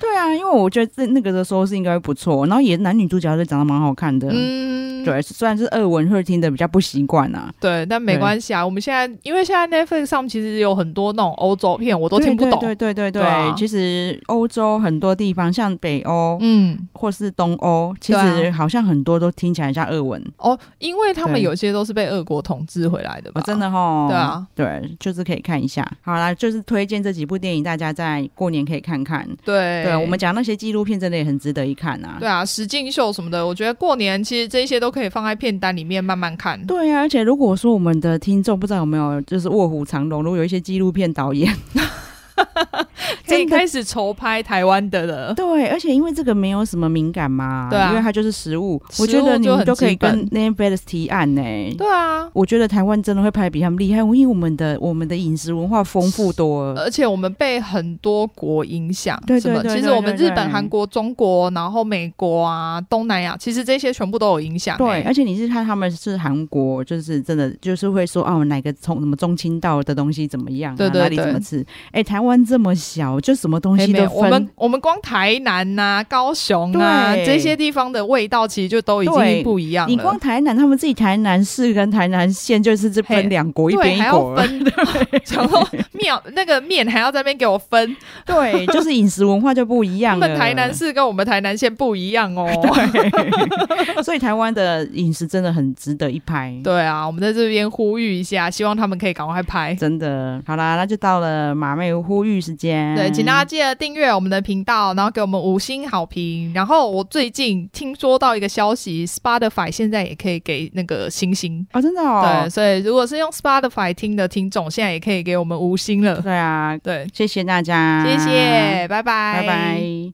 Speaker 2: 对啊，因为我觉得这那个的收视应该会不错，然后也男女主角都长得蛮好看的。
Speaker 1: 嗯，
Speaker 2: 啊对，虽然是俄文会听的比较不习惯啊，
Speaker 1: 对，但没关系啊。我们现在因为现在 Netflix 上其实有很多那种欧洲片，我都听不懂。
Speaker 2: 对对对对对，
Speaker 1: 对啊
Speaker 2: 其实欧洲很多地方，像北欧、
Speaker 1: 嗯，
Speaker 2: 或是东欧，其
Speaker 1: 对啊
Speaker 2: 实好像很多都听起来像俄文。
Speaker 1: 哦，因为他们
Speaker 2: 对
Speaker 1: 有些都是被俄国统治回来的吧？
Speaker 2: 哦，真。的哈，
Speaker 1: 对啊，
Speaker 2: 对，就是可以看一下。好啦，就是推荐这几部电影，大家在过年可以看看。
Speaker 1: 对，
Speaker 2: 对，我们讲那些纪录片，真的也很值得一看啊。
Speaker 1: 对啊，实境秀什么的，我觉得过年其实这些都可以放在片单里面慢慢看。
Speaker 2: 对啊，而且如果说我们的听众不知道有没有就是卧虎藏龙，如果有一些纪录片导演，
Speaker 1: 可以
Speaker 2: 真的
Speaker 1: 开始筹拍台湾的了。
Speaker 2: 对，而且因为这个没有什么敏感嘛，
Speaker 1: 对啊
Speaker 2: 因为它就是食物，
Speaker 1: 食物
Speaker 2: 我觉得你
Speaker 1: 就很
Speaker 2: 们都可以
Speaker 1: 基本
Speaker 2: 跟 Netflix 提案呢、
Speaker 1: 对啊，
Speaker 2: 我觉得台湾真的会拍得比他们厉害，因为我们的我们的饮食文化丰富多了。
Speaker 1: 而且我们被很多国影响，
Speaker 2: 对
Speaker 1: 什么？
Speaker 2: 对对
Speaker 1: 其实
Speaker 2: 对
Speaker 1: 我们
Speaker 2: 对
Speaker 1: 日
Speaker 2: 对
Speaker 1: 本、韩国、中国，然后美国啊、东南亚，其实这些全部都有影响、
Speaker 2: 对，
Speaker 1: 欸
Speaker 2: 而且你是看他们是韩国，就是真的就是会说哦，哪个从什么中青道的东西怎么样、啊，
Speaker 1: 对对
Speaker 2: 哪里怎么
Speaker 1: 对
Speaker 2: 吃？哎、台湾这么小，就什么东
Speaker 1: 哎
Speaker 2: 西
Speaker 1: 没
Speaker 2: 都
Speaker 1: 有，
Speaker 2: 分。
Speaker 1: 我们我们光台南呐、高雄啊
Speaker 2: 对
Speaker 1: 这些地方的味道，其实就都已经
Speaker 2: 对
Speaker 1: 不一样了。
Speaker 2: 你光台南，他们自己台南市跟台南县就是这
Speaker 1: 嘿
Speaker 2: 分两国，一
Speaker 1: 对
Speaker 2: 边
Speaker 1: 还
Speaker 2: 一啊
Speaker 1: 要
Speaker 2: 国。
Speaker 1: 分， 然后面那个面还要在那边给我分，
Speaker 2: 对，就是饮食文化就不一
Speaker 1: 他
Speaker 2: 样了。
Speaker 1: 们台南市跟我们台南县不一样哦。
Speaker 2: 所以台湾的饮食真的很值得一拍。。
Speaker 1: 对啊，我们在这边呼吁一下，希望他们可以赶快拍。
Speaker 2: 真的，好啦，那就到了马妹呼吁时间。
Speaker 1: 对，请大家记得订阅我们的频道，然后给我们五星好评。然后我最近听说到一个消息，Spotify 现在也可以给那个星星。
Speaker 2: 哦，真的哦
Speaker 1: 对，，所以如果是用 Spotify 听的听众，现在也可以给我们五星了。
Speaker 2: 对啊，
Speaker 1: 对，
Speaker 2: 谢谢大家，
Speaker 1: 嗯谢谢，拜拜，
Speaker 2: 拜拜。